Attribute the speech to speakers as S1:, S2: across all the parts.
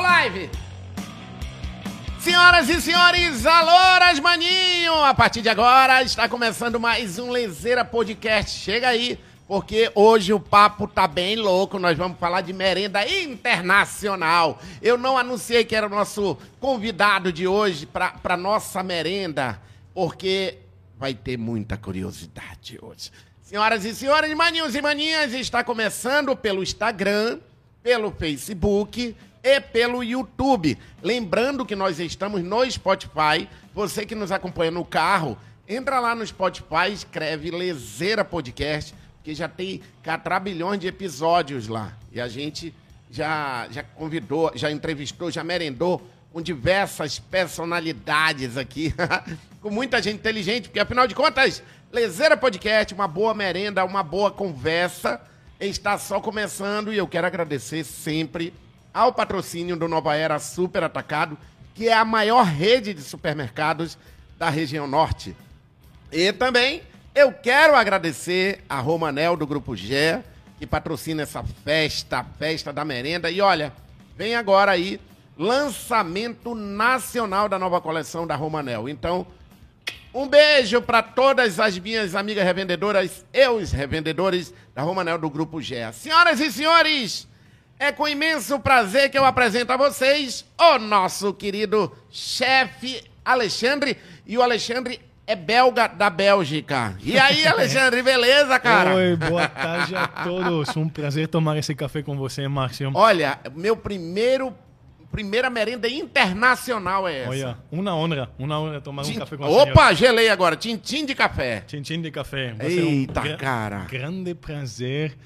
S1: live. Senhoras e senhores, aloras, maninho! A partir de agora está começando mais um Lezeira Podcast. Chega aí, porque hoje o papo tá bem louco. Nós vamos falar de merenda internacional. Eu não anunciei que era o nosso convidado de hoje para nossa merenda, porque vai ter muita curiosidade hoje. Senhoras e senhores, maninhos e maninhas, está começando pelo Instagram, pelo Facebook e pelo YouTube. Lembrando que nós estamos no Spotify. Você que nos acompanha no carro, entra lá no Spotify, escreve Lezeira Podcast, porque já tem catrabilhões de episódios lá. E a gente já, já convidou, já entrevistou, já merendou com diversas personalidades aqui, com muita gente inteligente, porque afinal de contas, Lezeira Podcast, uma boa merenda, uma boa conversa, está só começando e eu quero agradecer sempre ao patrocínio do Nova Era Super Atacado, que é a maior rede de supermercados da região norte. E também eu quero agradecer a Romanel do Grupo G, que patrocina essa festa, a festa da merenda. E olha, vem agora aí lançamento nacional da nova coleção da Romanel. Então, um beijo para todas as minhas amigas revendedoras, eu os revendedores da Romanel do Grupo G. Senhoras e senhores, é com imenso prazer que eu apresento a vocês o nosso querido chefe Alexandre. E o Alexandre é belga da Bélgica. E aí, Alexandre, beleza, cara?
S2: Oi, boa tarde a todos. Um prazer tomar esse café com você, Márcio.
S1: Olha, meu primeiro. Primeira merenda internacional é essa.
S2: Olha, uma honra, uma honra tomar um
S1: Tin-
S2: café com a senhora.
S1: Opa, gelei agora. Tintim de café.
S2: Tintim de café. Vai ser um
S1: Eita,
S2: gra-
S1: cara.
S2: Grande prazer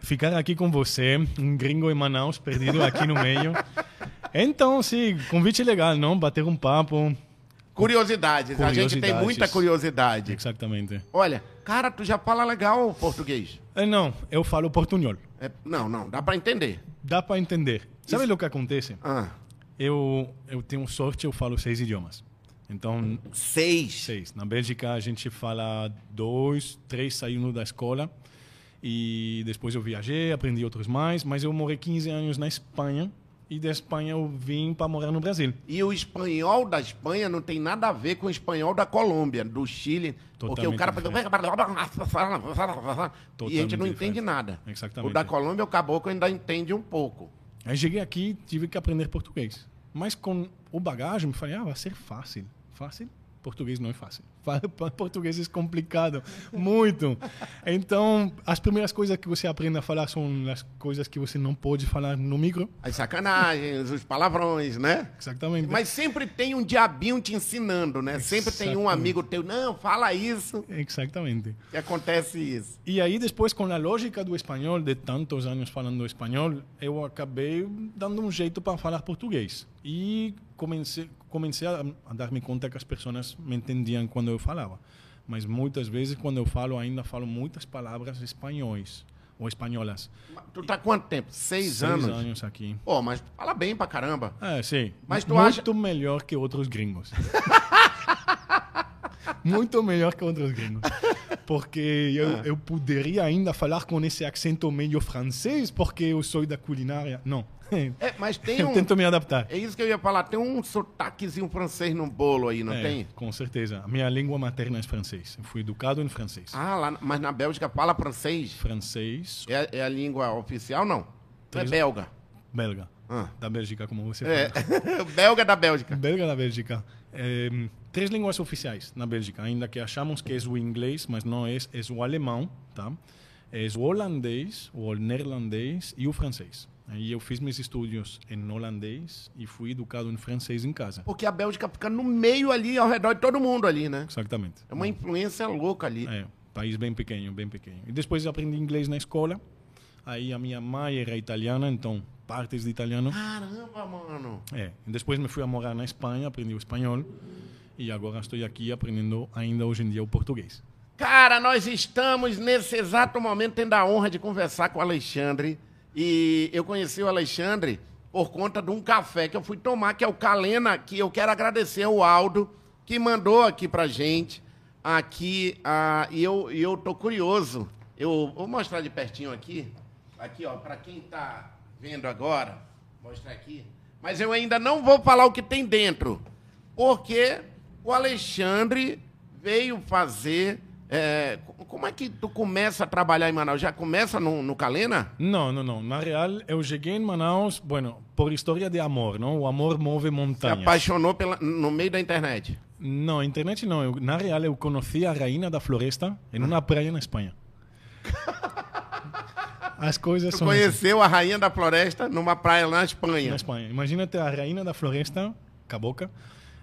S2: ficar aqui com você, um gringo em Manaus, perdido aqui no meio. Então, sim, convite legal, não? Bater um papo.
S1: Curiosidades. A gente tem
S2: Curiosidades.
S1: muita curiosidade.
S2: Exatamente.
S1: Olha, cara, tu já fala legal o português.
S2: Eh, Não, eu falo portunhol.
S1: É, não, não, dá pra entender.
S2: Dá para entender. Sabe o que acontece?
S1: Ah,
S2: Eu, eu tenho sorte, eu falo seis idiomas. Então,
S1: seis.
S2: seis. Na Bélgica, a gente fala dois, três saindo da escola. E depois eu viajei, aprendi outros mais. Mas eu morei 15 anos na Espanha. E da Espanha eu vim para morar no Brasil.
S1: E o espanhol da Espanha não tem nada a ver com o espanhol da Colômbia, do Chile. porque o
S2: Totalmente
S1: cara.
S2: diferente.
S1: E a gente não
S2: Totalmente
S1: entende
S2: diferente.
S1: nada.
S2: Exatamente.
S1: O da Colômbia, o caboclo ainda entende um pouco.
S2: Aí cheguei aqui tive que aprender português. Mas com o bagagem, falei, ah, vai ser fácil. Fácil? Português não é fácil. Fa- pa- Português é complicado, muito. Então, as primeiras coisas que você aprende a falar são as coisas que você não pode falar no micro.
S1: As sacanagens, os palavrões, né?
S2: Exatamente.
S1: Mas sempre tem um diabinho te ensinando, né? Sempre tem um
S2: Exatamente.
S1: amigo teu, não, fala isso,
S2: Exatamente.
S1: que acontece isso.
S2: E aí, depois, com a lógica do espanhol, de tantos anos falando espanhol, eu acabei dando um jeito para falar português. E comecei, comecei a, a dar-me conta que as pessoas me entendiam quando eu falava. Mas muitas vezes, quando eu falo, ainda falo muitas palavras espanhóis ou espanholas.
S1: Mas Tu tá quanto tempo? Seis, anos.
S2: aqui.
S1: Pô, mas fala bem pra caramba.
S2: É, sim.
S1: Mas tu
S2: Muito
S1: acha-
S2: melhor que outros gringos. Muito melhor que outros gringos. Porque eu, eu poderia ainda falar com esse acento meio francês, porque eu sou da culinária. Não.
S1: É, mas tem
S2: Eu
S1: um.
S2: tento me adaptar.
S1: É isso que eu ia falar, tem um sotaquezinho francês no bolo aí, não
S2: É,
S1: um tem?
S2: Com certeza. A minha língua materna é francês. Eu fui educado em francês.
S1: Ah, lá, mas na Bélgica fala francês?
S2: Francês,
S1: É, é a língua oficial, não? Não é
S2: Três-
S1: belga.
S2: belga.
S1: Ah.
S2: Da Bélgica, como você
S1: É,
S2: fala.
S1: belga da Bélgica.
S2: Belga da Bélgica. É, três línguas oficiais na Bélgica, ainda que achamos que é o inglês, mas não é, é o alemão, tá? É o holandês, o neerlandês e o francês. E eu fiz meus estudos em holandês e fui educado em francês em casa.
S1: Porque a Bélgica fica no meio ali, ao redor de todo mundo ali, né?
S2: Exatamente.
S1: É uma influência louca ali.
S2: Hum. É, país bem pequeno, bem pequeno. E depois aprendi inglês na escola. Aí a minha mãe era italiana, então partes de italiano.
S1: Caramba, mano.
S2: É. E Depois me fui a morar na Espanha, aprendi o espanhol. E agora estou aqui aprendendo ainda hoje em dia o português.
S1: Cara, nós estamos nesse exato momento tendo a honra de conversar com o Alexandre. E eu conheci o Alexandre por conta de um café que eu fui tomar, que é o Calena, que eu quero agradecer ao Aldo, que mandou aqui pra gente. Aqui, ah, e eu, e eu tô curioso. Eu vou mostrar de pertinho aqui. Aqui, ó, pra quem tá vendo agora, mostrar aqui. Mas eu ainda não vou falar o que tem dentro. Porque o Alexandre veio fazer. é, co- como é que tu começa a trabalhar em Manaus? Já começa no, no Calena?
S2: Não, não, não. Na real, eu cheguei em Manaus, bueno, por história de amor, não? O amor move
S1: Se
S2: montanhas.
S1: apaixonou pela, no meio da internet.
S2: Não, internet não. Eu, na real, eu conheci a rainha da floresta em uma praia na Espanha. As coisas
S1: Tu
S2: são assim.
S1: conheceu a rainha da floresta numa praia lá na
S2: na
S1: Espanha.
S2: Espanha. Imagina ter a rainha da floresta, caboca,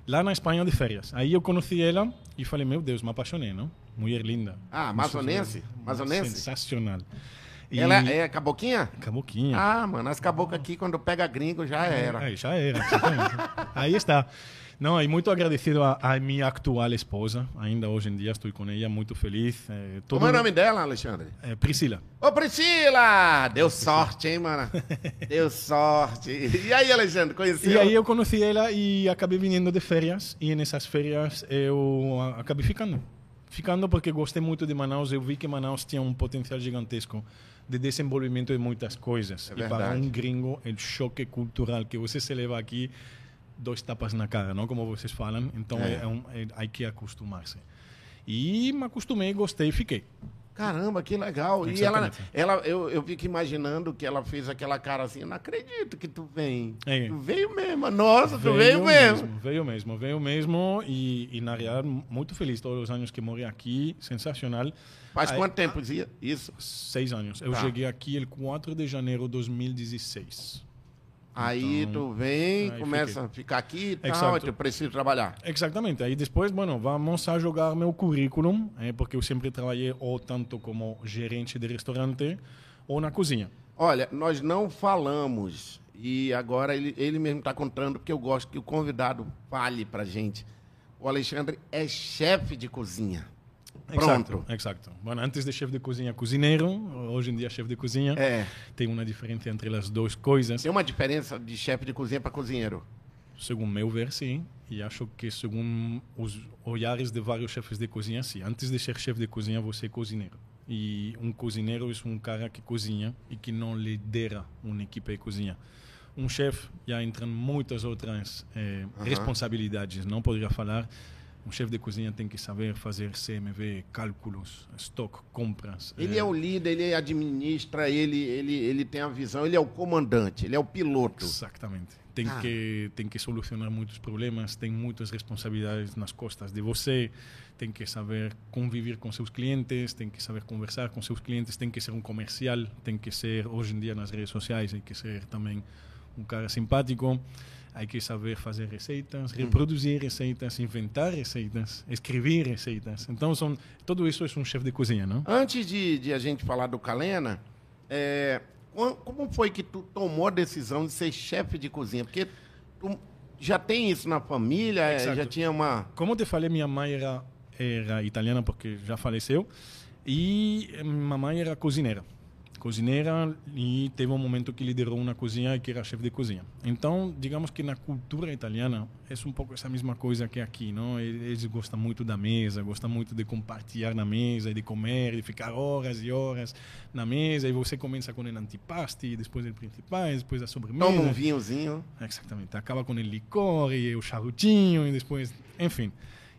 S2: lá na Espanha de férias. Aí eu conheci ela e falei, meu Deus, me apaixonei, não? Mulher linda.
S1: Ah, amazonense? Amazonense?
S2: Sensacional. E
S1: Ela é caboquinha?
S2: caboquinha.
S1: Ah, mano, as cabocas aqui, quando pega gringo, já era.
S2: Aí já era. exatamente. Aí eh, está. Não, e muito agradecido à, à minha atual esposa. Ainda hoje em dia estou com ela, muito feliz. É, todo-
S1: Como é o nome dela, Alexandre?
S2: É, Priscila.
S1: Ô, Priscila! Deu sorte, hein, mano? Deu sorte. E aí, Alexandre, conheceu?
S2: E aí eu conheci ela e acabei vindo de férias. E nessas férias eu a- acabei ficando. Ficando porque gostei muito de Manaus. Eu vi que Manaus tinha um potencial gigantesco de desenvolvimento de muitas coisas. e para
S1: É verdade.
S2: um gringo, o choque cultural que você se leva aqui, dois tapas na cara, não como vocês falam. Então
S1: É.
S2: é. um, é, aí que acostumar-se. E me acostumei, gostei e fiquei.
S1: Caramba, que legal. E ela,
S2: Exatamente.
S1: ela eu, eu fico imaginando que ela fez aquela cara assim, eu não acredito que tu vem.
S2: É.
S1: Tu veio mesmo, nossa, tu veio mesmo.
S2: Veio mesmo, veio mesmo. E, e na real, muito feliz todos os anos que morei aqui. Sensacional.
S1: Faz
S2: Aí-
S1: quanto tempo dizia isso?
S2: Seis anos. Eu
S1: Tá.
S2: cheguei aqui ele 4 de janeiro de 2016.
S1: Aí tu vem,
S2: Então, aí
S1: começa a ficar aqui e tal,
S2: Exato.
S1: e tu precisa trabalhar.
S2: Exatamente. Aí depois, bueno, vamos a jogar meu currículo, eh, porque eu sempre trabalhei ou tanto como gerente de restaurante ou na cozinha.
S1: Olha, nós não falamos. E agora ele, ele mesmo está contando, porque eu gosto que o convidado fale pra gente. O Alexandre é chefe de cozinha. Pronto.
S2: Exato, exato. Bueno, antes de chefe de cozinha, cozinheiro. Hoje em dia, chefe de cozinha.
S1: É.
S2: Tem uma diferença entre as duas coisas.
S1: Tem uma diferença de chefe de cozinha para cozinheiro.
S2: Segundo meu ver, sim. E acho que segundo os olhares de vários chefes de cozinha, sim. Antes de ser chefe de cozinha, você é cozinheiro. E um cozinheiro é um cara que cozinha e que não lidera uma equipe de cozinha. Um chefe, já entram muitas outras eh, responsabilidades, não poderia falar. Um chefe de cozinha tem que saber fazer CMV, cálculos, estoque, compras. eh,
S1: Ele é. o líder, ele administra, ele, ele, ele tem a visão, ele é o comandante, ele é o piloto.
S2: Exatamente. Tem,
S1: Ah.
S2: que, tem que solucionar muitos problemas, tem muitas responsabilidades nas costas de você, tem que saber conviver com seus clientes, tem que saber conversar com seus clientes, tem que ser um comercial, tem que ser, hoje em dia nas redes sociais, tem que ser também um cara simpático, hay que saber fazer receitas, reproduzir receitas, inventar receitas, escrever receitas. Então, são, tudo isso é um chefe de cozinha, não?
S1: Antes de, de a gente falar do Calena, é, co- como foi que tu tomou a decisão de ser chefe de cozinha? Porque tu já tem isso na família, é,
S2: Exato.
S1: já tinha uma...
S2: Como te falei, minha mãe era, era italiana porque já faleceu e mamãe era cozinheira. Cozinheira e teve um momento que liderou uma cozinha e que era chefe de cozinha. Então, digamos que na cultura italiana é um pouco essa mesma coisa que aqui, não? E- Eles gostam muito da mesa, gostam muito de compartilhar na mesa, e de comer, de ficar horas e horas na mesa e você começa com o antipasti, depois o principal, depois a sobremesa.
S1: Toma um vinhozinho.
S2: Exatamente. Acaba com o licor e o charutinho e depois, enfim.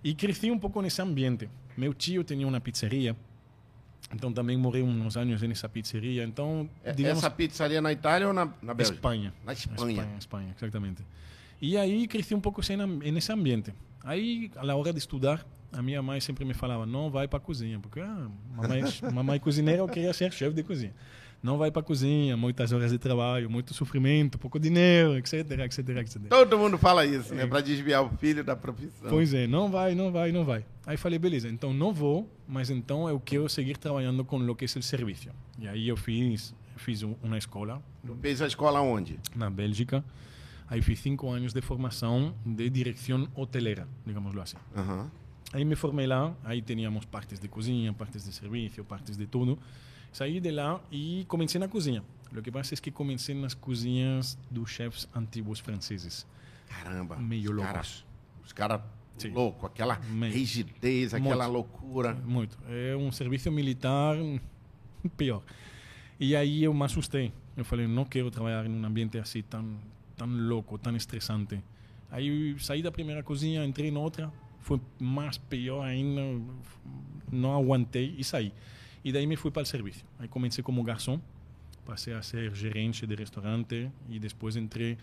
S2: E cresci um pouco nesse ambiente. Meu tio tinha uma pizzeria, então também morei uns anos nessa pizzeria. Então,
S1: É-
S2: digamos,
S1: Essa pizzaria na Itália ou na, na Bélgica?
S2: Espanha.
S1: Na Espanha.
S2: Espanha, Espanha, exatamente. E aí cresci um pouco sem, am- nesse ambiente. Aí, na hora de estudar, a minha mãe sempre me falava, não vai para a cozinha, porque ah, mamãe, mamãe cozinheira, eu queria ser chefe de cozinha. Não vai para a cozinha, muitas horas de trabalho, muito sofrimento, pouco dinheiro, etc, etc, etc.
S1: Todo mundo fala isso, né? Pra desviar o filho da profissão.
S2: É. Pois é, não vai, não vai, não vai. Aí falei, beleza, então não vou, mas então eu quero seguir trabalhando com o que é o serviço. E aí eu fiz, fiz um- uma escola
S1: Tu fez a escola onde?
S2: na Bélgica. Aí fiz cinco anos de formação de direção hotelera, digamoslo assim.
S1: Aham.
S2: Aí me formei lá, aí tínhamos partes de cozinha, partes de serviço, partes de tudo. Saí de lá e comecei na cozinha. O que passa é que comecei nas cozinhas dos chefs antigos franceses.
S1: Caramba.
S2: Meio
S1: os
S2: loucos.
S1: cara- Os caras
S2: Sim.
S1: loucos, aquela
S2: Meio. Um
S1: rigidez, aquela
S2: Muito.
S1: loucura.
S2: Muito. É um serviço militar hum, pior. E aí eu me assustei. Eu falei, não quero trabalhar num ambiente assim tão tão louco, tão estressante. Aí eu saí da primeira cozinha, entrei na outra, foi mais pior ainda, não aguentei e saí. E daí me fui para o serviço. Aí comecei como garçom, passei a ser gerente de restaurante e depois entrei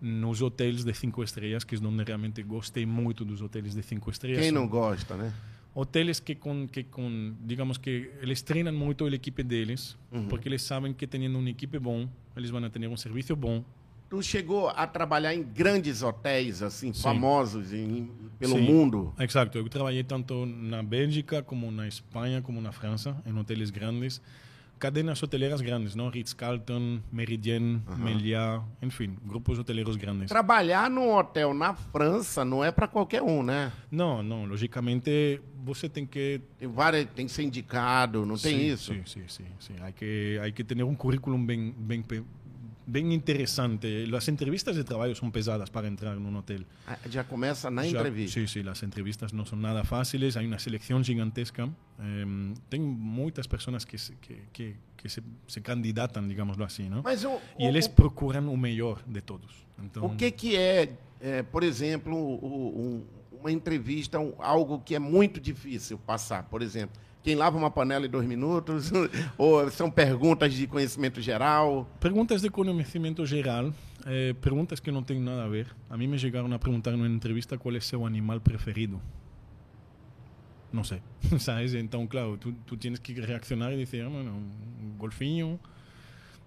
S2: nos hotéis de cinco estrelas, que não realmente gostei muito dos hotéis de cinco estrelas.
S1: Quem não gosta, né?
S2: hotéis que com que com digamos que eles treinam muito a equipe deles porque eles sabem que tendo uma equipe bom eles vão ter um serviço bom
S1: Tu chegou a trabalhar em grandes hotéis, assim, famosos em- pelo
S2: Sim.
S1: mundo.
S2: exato eu trabalhei tanto na Bélgica como na Espanha como na França em hotéis grandes cadenas hoteleiras grandes não Ritz Carlton Meridian Meliá enfim grupos hoteleiros grandes
S1: Trabalhar num hotel na França não é pra qualquer um, né?
S2: não não logicamente você tem que
S1: Tem, várias, tem sindicato, não tem
S2: Sim,
S1: isso?
S2: Sim, sim, sim, sim. Há que há que ter um currículo bem bem pe- bem interessante. As entrevistas de trabalho são pesadas para entrar num hotel.
S1: Ah, Já começa na
S2: Já-
S1: entrevista.
S2: Sim, sim, as entrevistas não são nada fáceis. Há uma seleção gigantesca. Em, tem muitas pessoas que se, que, que, que se, se candidatam, digamos assim, não?
S1: Mas o,
S2: e
S1: o-
S2: eles
S1: o-
S2: procuram o melhor de todos. Então,
S1: o que, que é, é, por exemplo, o- um- uma entrevista, um- algo que é muito difícil passar? Por exemplo, quem lava uma panela em dois minutos? ou são perguntas de conhecimento geral?
S2: Perguntas de conhecimento geral, eh, perguntas que não têm nada a ver. A mim me chegaram a perguntar numa entrevista qual é seu animal preferido. Não sei, sabes? Então, claro, tu, tu tens que reaccionar e dizer, ah, mano, um golfinho,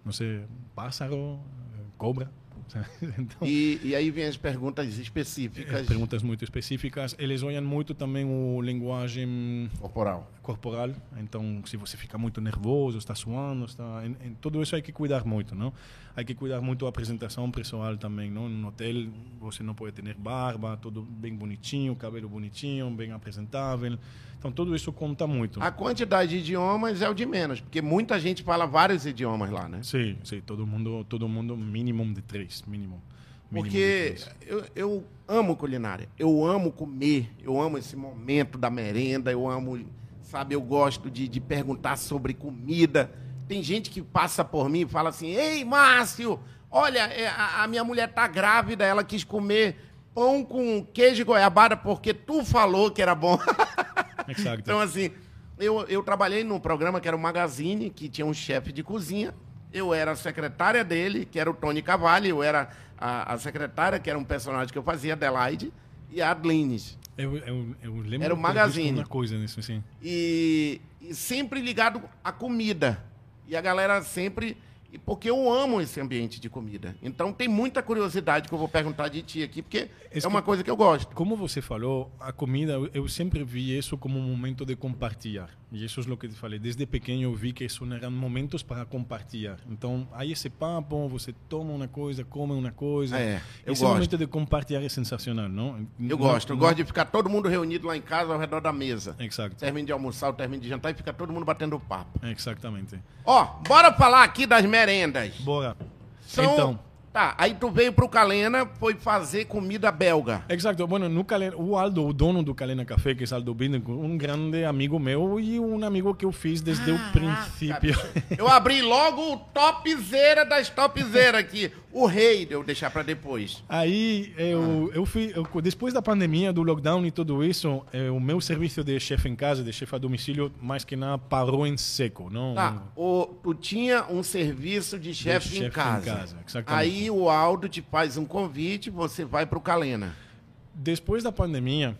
S2: não sei, pássaro, eh, cobra, sabes? Então,
S1: E, e aí vem as perguntas específicas.
S2: eh, perguntas muito específicas. Eles olham muito também o mm, linguagem
S1: Corporal.
S2: corporal. Então, se você fica muito nervoso, está suando, está, em, em, tudo isso há que cuidar muito, não? Há que cuidar muito a apresentação pessoal também, não? No hotel você não pode ter barba, tudo bem bonitinho, cabelo bonitinho, bem apresentável. Então, tudo isso conta muito.
S1: A quantidade de idiomas é o de menos, porque muita gente fala vários idiomas lá, né?
S2: Sim, sim, todo mundo, todo mundo mínimo de três, mínimo. mínimo de
S1: Porque
S2: três.
S1: eu, eu amo culinária, eu amo comer, eu amo esse momento da merenda, eu amo, sabe, eu gosto de, de perguntar sobre comida. Tem gente que passa por mim e fala assim: Ei, Márcio, olha, é, a, a minha mulher tá grávida, ela quis comer pão com queijo e goiabada porque tu falou que era bom.
S2: Exato.
S1: Então, assim, eu, eu trabalhei num programa que era um magazine, que tinha um chefe de cozinha. Eu era a secretária dele, que era o Tony Cavalli. Eu era a, a secretária, que era um personagem que eu fazia, Adelaide, e a Adelines.
S2: eu, eu, eu lembro
S1: Era o
S2: que eu vi
S1: magazine.
S2: Uma coisa nisso, sim.
S1: E, e sempre ligado à comida. E a galera sempre... e Porque eu amo esse ambiente de comida. Então tem muita curiosidade que eu vou perguntar de ti aqui, porque
S2: Esse
S1: é uma coisa que eu gosto.
S2: Como você falou, a comida, eu- eu sempre vi isso como um momento de compartilhar. E isso é o que eu te falei. Desde pequeno eu vi que isso eram momentos para compartilhar. Então, aí esse papo, você toma uma coisa, come uma coisa.
S1: É, eu
S2: esse
S1: gosto.
S2: momento de compartilhar é sensacional, não?
S1: Eu
S2: hum.
S1: gosto. Eu gosto de ficar todo mundo reunido lá em casa, ao redor da mesa.
S2: Exato,
S1: Termina de almoçar, eu termino de jantar e fica todo mundo batendo papo.
S2: exatamente.
S1: Ó, bora falar aqui das merendas.
S2: Bora.
S1: São...
S2: Então...
S1: Tá, aí tu veio pro Calena, foi fazer comida belga.
S2: Então, Exato. Bueno, no Calena, o Aldo, o dono do Calena Café, que é Aldo Bindenko, um grande amigo meu e um amigo que eu fiz desde o princípio.
S1: Eu abri logo o topzera das topzeiras aqui. O rei, eu deixar pra depois.
S2: Aí eu, eu fui. eu- depois da pandemia, do lockdown e tudo isso, eh, o meu serviço de chefe em casa, de chefe a domicílio, mais que nada parou em seco. Não,
S1: Tá, o, tu tinha um serviço de chefe em
S2: chefe em
S1: casa.
S2: casa, exatamente.
S1: aí o Aldo te faz um convite, você vai pro Calena.
S2: Depois da pandemia,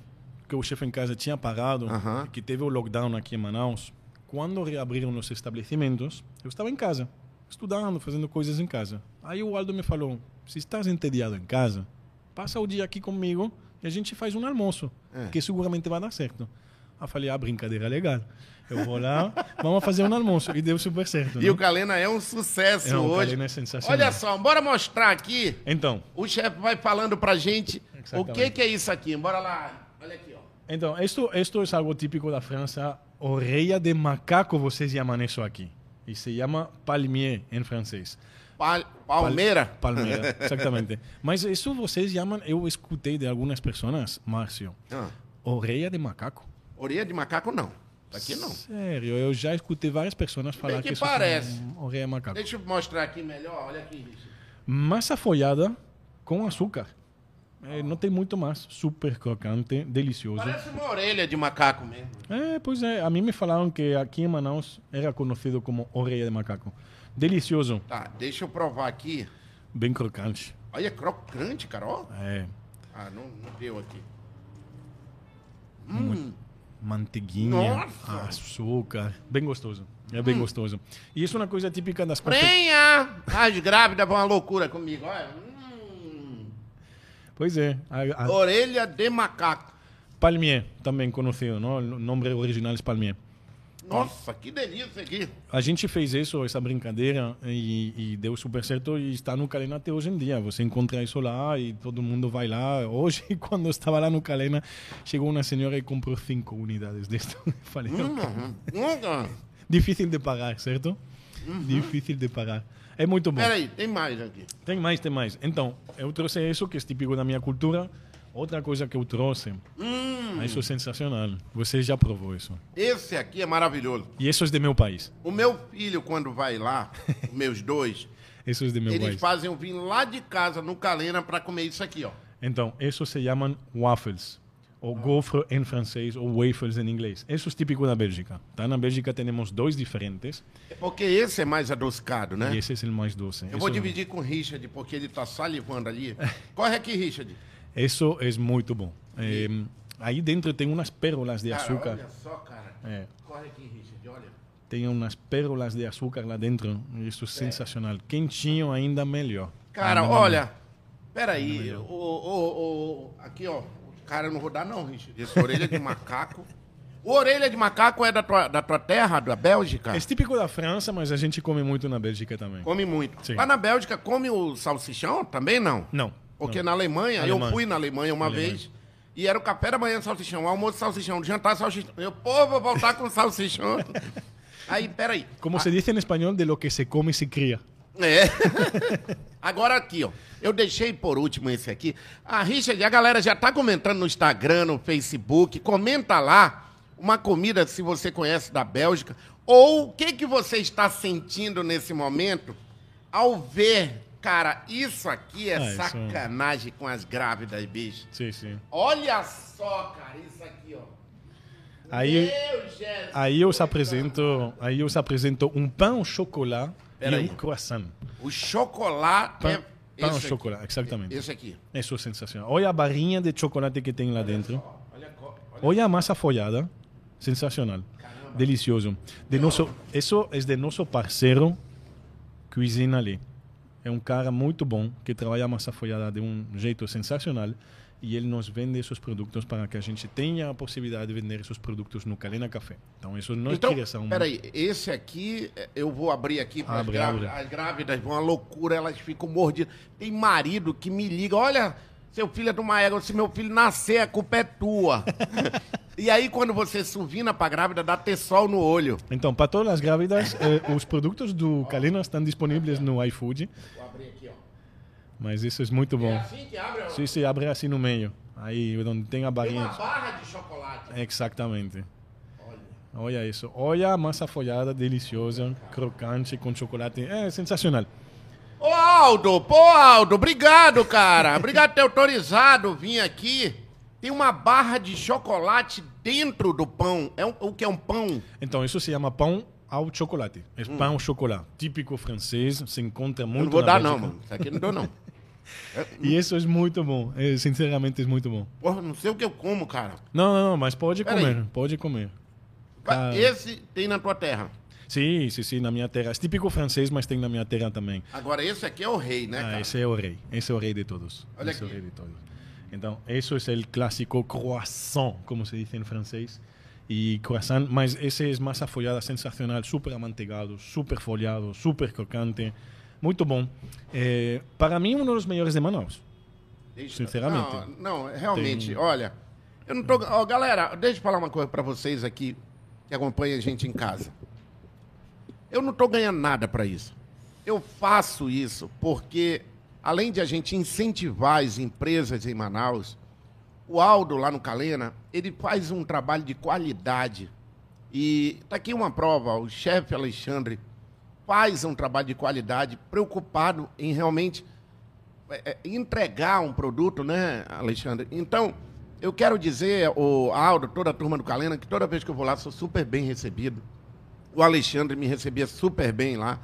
S2: que o chefe em casa tinha parado,
S1: Aham.
S2: que teve o lockdown aqui em Manaus, quando reabriram os estabelecimentos, eu estava em casa, estudando, fazendo coisas em casa. Aí o Aldo me falou: se estás entediado em casa, passa o dia aqui comigo e a gente faz um almoço,
S1: É.
S2: que seguramente vai dar certo. Aí eu falei: ah, brincadeira é legal. Eu vou lá, vamos fazer um almoço. E deu super certo.
S1: E
S2: né?
S1: o Calena é um sucesso
S2: É, o
S1: hoje.
S2: Calena é sensacional.
S1: Olha só, bora mostrar aqui
S2: Então,
S1: O chefe vai falando pra gente o
S2: Exatamente.
S1: que, que é isso aqui. Bora lá. Olha aqui, ó.
S2: Então, isto, isto é algo típico da França. Orelha de macaco, vocês chamam isso aqui. E se chama palmier em francês.
S1: Pal- Palmeira.
S2: Palmeira, exatamente. Mas isso vocês chamam, eu escutei de algumas pessoas, Márcio,
S1: Ah,
S2: orelha de macaco.
S1: orelha de macaco, não. Isso Aqui não.
S2: Sério, eu já escutei várias pessoas falar
S1: que
S2: isso é
S1: parece. Eh.
S2: um orelha de macaco.
S1: Deixa eu mostrar aqui melhor. Olha aqui, Richard.
S2: Massa folhada, com açúcar. É, não tem muito mais. Super crocante, delicioso.
S1: Parece uma orelha de macaco mesmo.
S2: É, pois é. A mim me falaram que aqui em Manaus era conhecido como orelha de macaco. Delicioso,
S1: Tá, deixa eu provar aqui.
S2: bem crocante.
S1: Olha, é crocante, cara, ó.
S2: É,
S1: Ah, não, não deu aqui.
S2: manteiguinha,
S1: Nossa!
S2: açúcar, bem gostoso. É bem gostoso. E isso é uma coisa típica das confeições.
S1: Prenha! As grávidas vão uma loucura comigo, olha. Hum.
S2: Pois é, a, a
S1: Oh. Orelha de macaco.
S2: palmier também conhecido, não? O nome original é palmier.
S1: Nossa, que delícia aqui.
S2: A gente fez isso, essa brincadeira, e, e deu super certo e está no Calena até hoje em dia. Você encontra isso lá e todo mundo vai lá. Hoje, quando eu estava lá no Calena, chegou uma senhora e comprou cinco unidades desta. Eu Falei,
S1: Hum, hum, hum.
S2: difícil de pagar, certo? Difícil de pagar. É muito bom.
S1: Peraí, tem mais aqui.
S2: Tem mais, tem mais. Então, eu trouxe isso, que é típico da minha cultura. Outra coisa que eu trouxe,
S1: Hum,
S2: isso é sensacional. Você já provou isso.
S1: esse aqui é maravilhoso.
S2: E isso é de meu país.
S1: O meu filho, quando vai lá, os meus dois,
S2: Isso é de meu
S1: eles
S2: país.
S1: fazem o vinho lá de casa, no Calena, pra comer isso aqui, ó.
S2: Então, isso se chamam waffles, ou gofre em francês, ou waffles em inglês. Isso é típico da Bélgica. Tá? Na Bélgica temos dois diferentes,
S1: Porque esse é mais adocicado, né?
S2: e esse é o mais doce.
S1: Eu vou
S2: Isso-
S1: dividir com o Richard, porque ele tá salivando ali. Corre aqui, Richard.
S2: Isso é muito bom. É, aí dentro tem umas pérolas de
S1: Cara,
S2: açúcar.
S1: Ah, olha só, cara.
S2: É,
S1: Corre aqui, Richard, olha.
S2: tem umas pérolas de açúcar lá dentro. Isso é sensacional. Quentinho ainda melhor.
S1: Cara,
S2: Ainda
S1: olha. Peraí. O, o, o- aqui, ó. Cara, eu não vou dar, não, Richard. Essa orelha de macaco. O orelha de macaco é da tua, da tua terra, da Bélgica?
S2: É típico da França, mas a gente come muito na Bélgica também.
S1: Come muito.
S2: Sim.
S1: Lá na Bélgica, come o salsichão também, não?
S2: Não.
S1: Porque
S2: não.
S1: na Alemanha, eu
S2: Alemanha.
S1: fui na Alemanha uma
S2: Alemanha.
S1: vez. E era o café da manhã salsichão, o almoço salsichão, o jantar salsichão. Eu, pô, vou voltar com salsichão. Aí, peraí.
S2: Como se diz em espanhol, de lo que se come se cria.
S1: É. Agora aqui, ó. Eu deixei por último esse aqui. A Richard, a galera já tá comentando no Instagram, no Facebook. Comenta lá uma comida se você conhece da Bélgica. Ou o que, que você está sentindo nesse momento ao ver, cara, isso aqui é
S2: Ah, isso-
S1: sacanagem com as grávidas, bicho.
S2: Sim, sim.
S1: Olha só, cara, isso aqui, ó.
S2: Aí, Ah.
S1: Meu Jesus.
S2: aí eu os apresento, aí eu os apresento um pão ao chocolate e
S1: Peraí.
S2: um croissant.
S1: O chocolate
S2: Pão,
S1: é.
S2: pão ao
S1: esse
S2: Tá- chocolate,
S1: aqui.
S2: exatamente.
S1: Esse aqui.
S2: Isso é sensacional. Olha a barrinha de chocolate que tem lá dentro.
S1: Ó, Olha, a co- olha
S2: Olha a massa folhada. Sensacional. Delicioso. De nosso, isso é de nosso parceiro Cuisine Ali. É um cara muito bom que trabalha a massa folhada de um jeito sensacional e ele nos vende esses produtos para que a gente tenha a possibilidade de vender esses produtos no Calena Café. Então, isso não é
S1: Então,
S2: criação.
S1: peraí, esse aqui, eh, eu vou abrir aqui para as
S2: Abre,
S1: grávidas.
S2: abre.
S1: As grávidas vão uma loucura, elas ficam mordidas. Tem marido que me liga, olha, seu filho é de uma égua, se meu filho nascer, a culpa é tua. e aí, quando você suvina pra grávida, dá ter sol no olho.
S2: Então, para todas as grávidas, eh, os produtos do Calena estão disponíveis no iFood,
S1: Vou abrir aqui, ó.
S2: mas isso é muito bom.
S1: É assim que abre, ó.
S2: Se se abre assim no meio, aí onde tem a
S1: Tem uma
S2: barrinha.
S1: barra de chocolate.
S2: Exatamente.
S1: Olha.
S2: Olha isso. Olha a massa folhada, deliciosa, crocante, com chocolate. É sensacional.
S1: Ô, Aldo, pô, Aldo, obrigado, cara. Obrigado por ter autorizado vir aqui. Tem uma barra de chocolate dentro do pão. É um- o que é um pão?
S2: Então, isso se chama pão ao chocolate. É pão ao chocolate. Típico francês, se encontra muito
S1: Hum. Não vou
S2: na
S1: dar,
S2: Bélgica.
S1: não, mano. Isso aqui não dou, não.
S2: E isso é muito bom. É, sinceramente, é muito bom.
S1: Porra, não sei o que eu como, cara.
S2: Não, não, não, mas pode
S1: Pera
S2: comer. Pode comer. Cara.
S1: Esse tem na tua terra.
S2: Sim, sim, sim, na minha terra. É típico francês, mas tem na minha terra também.
S1: Agora, esse aqui é o rei, né,
S2: Ah,
S1: cara?
S2: esse é o rei. Esse é o rei de todos.
S1: Olha
S2: esse
S1: aqui.
S2: é o rei de todos. Então, isso é o clássico croissant, como se diz em francês. E croissant, mas esse é massa folhada sensacional, super amanteigado, super folhado, super crocante. Muito bom. Eh, para mim, um dos melhores de Manaus.
S1: Deixa-
S2: Sinceramente.
S1: Não, não, realmente,
S2: Tem-
S1: olha. Eu não tô. Ó, galera, deixa eu falar uma coisa pra vocês aqui que acompanham a gente em casa. Eu não tô ganhando nada pra isso. Eu faço isso porque, além de a gente incentivar as empresas em Manaus, o Aldo lá no Calena, ele faz um trabalho de qualidade. E tá aqui uma prova, o chefe Alexandre faz um trabalho de qualidade, preocupado em realmente é, entregar um produto, né, Alexandre? Então, eu quero dizer, o Aldo, toda a turma do Calena, que toda vez que eu vou lá, sou super bem recebido. O Alexandre me recebia super bem lá.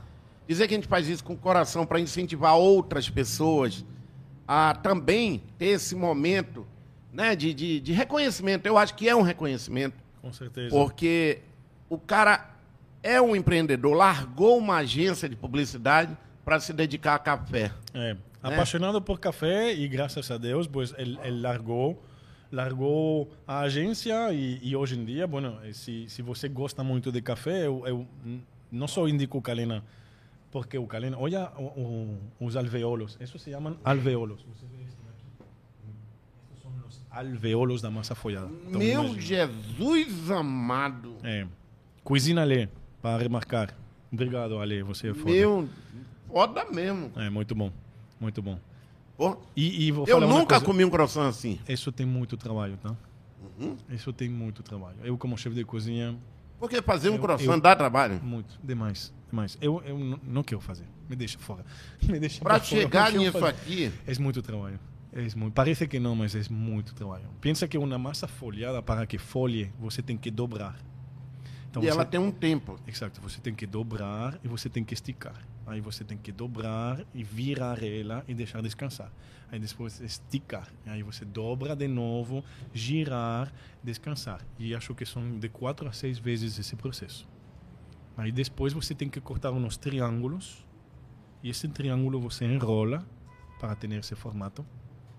S1: Dizer que a gente faz isso com o coração para incentivar outras pessoas a também ter esse momento né, de, de, de reconhecimento. Eu acho que é um reconhecimento.
S2: Com certeza.
S1: Porque o cara é um empreendedor, largou uma agência de publicidade para se dedicar a café.
S2: É. Apaixonado por café e graças a Deus, pois ele, ele largou largou a agência e, e hoje em dia, bueno, eh, se, se você gosta muito de café, eu, eu n- não só indico o Calena, porque o Calena, olha o, o, os alveolos, isso se chamam alveolos. Vocês veem isso daqui? Esses são os alveolos da massa folhada. Então,
S1: Meu
S2: imagina.
S1: Jesus amado.
S2: É. Cozinha Ale, para remarcar. Obrigado, Ale, você é foda.
S1: Meu, foda mesmo.
S2: É, muito bom, muito bom.
S1: Pô,
S2: E, e vou
S1: eu
S2: falar uma
S1: nunca
S2: coisa.
S1: comi um croissant assim.
S2: Isso tem muito trabalho, tá?
S1: Uhum.
S2: Isso tem muito trabalho. Eu, como chefe de cozinha,
S1: Porque fazer um
S2: Eu-
S1: croissant
S2: eu-
S1: dá trabalho.
S2: Muito, demais, demais. Eu, eu n- não quero fazer. Me deixa fora. Me deixa
S1: Para
S2: fora,
S1: chegar
S2: não quero
S1: nisso
S2: fazer.
S1: aqui,
S2: É muito trabalho. É muito. Parece que não, mas é muito trabalho. Pensa que é uma massa folhada, para que folhe, você tem que dobrar. Então,
S1: e
S2: você-
S1: ela tem um tempo.
S2: Exato, você tem que dobrar e você tem que esticar. Aí você tem que dobrar e virar ela e deixar descansar. Aí depois esticar. Aí você dobra de novo, girar, descansar. E acho que são de quatro a seis vezes esse processo. Aí depois você tem que cortar uns triângulos. E esse triângulo você enrola para ter esse formato.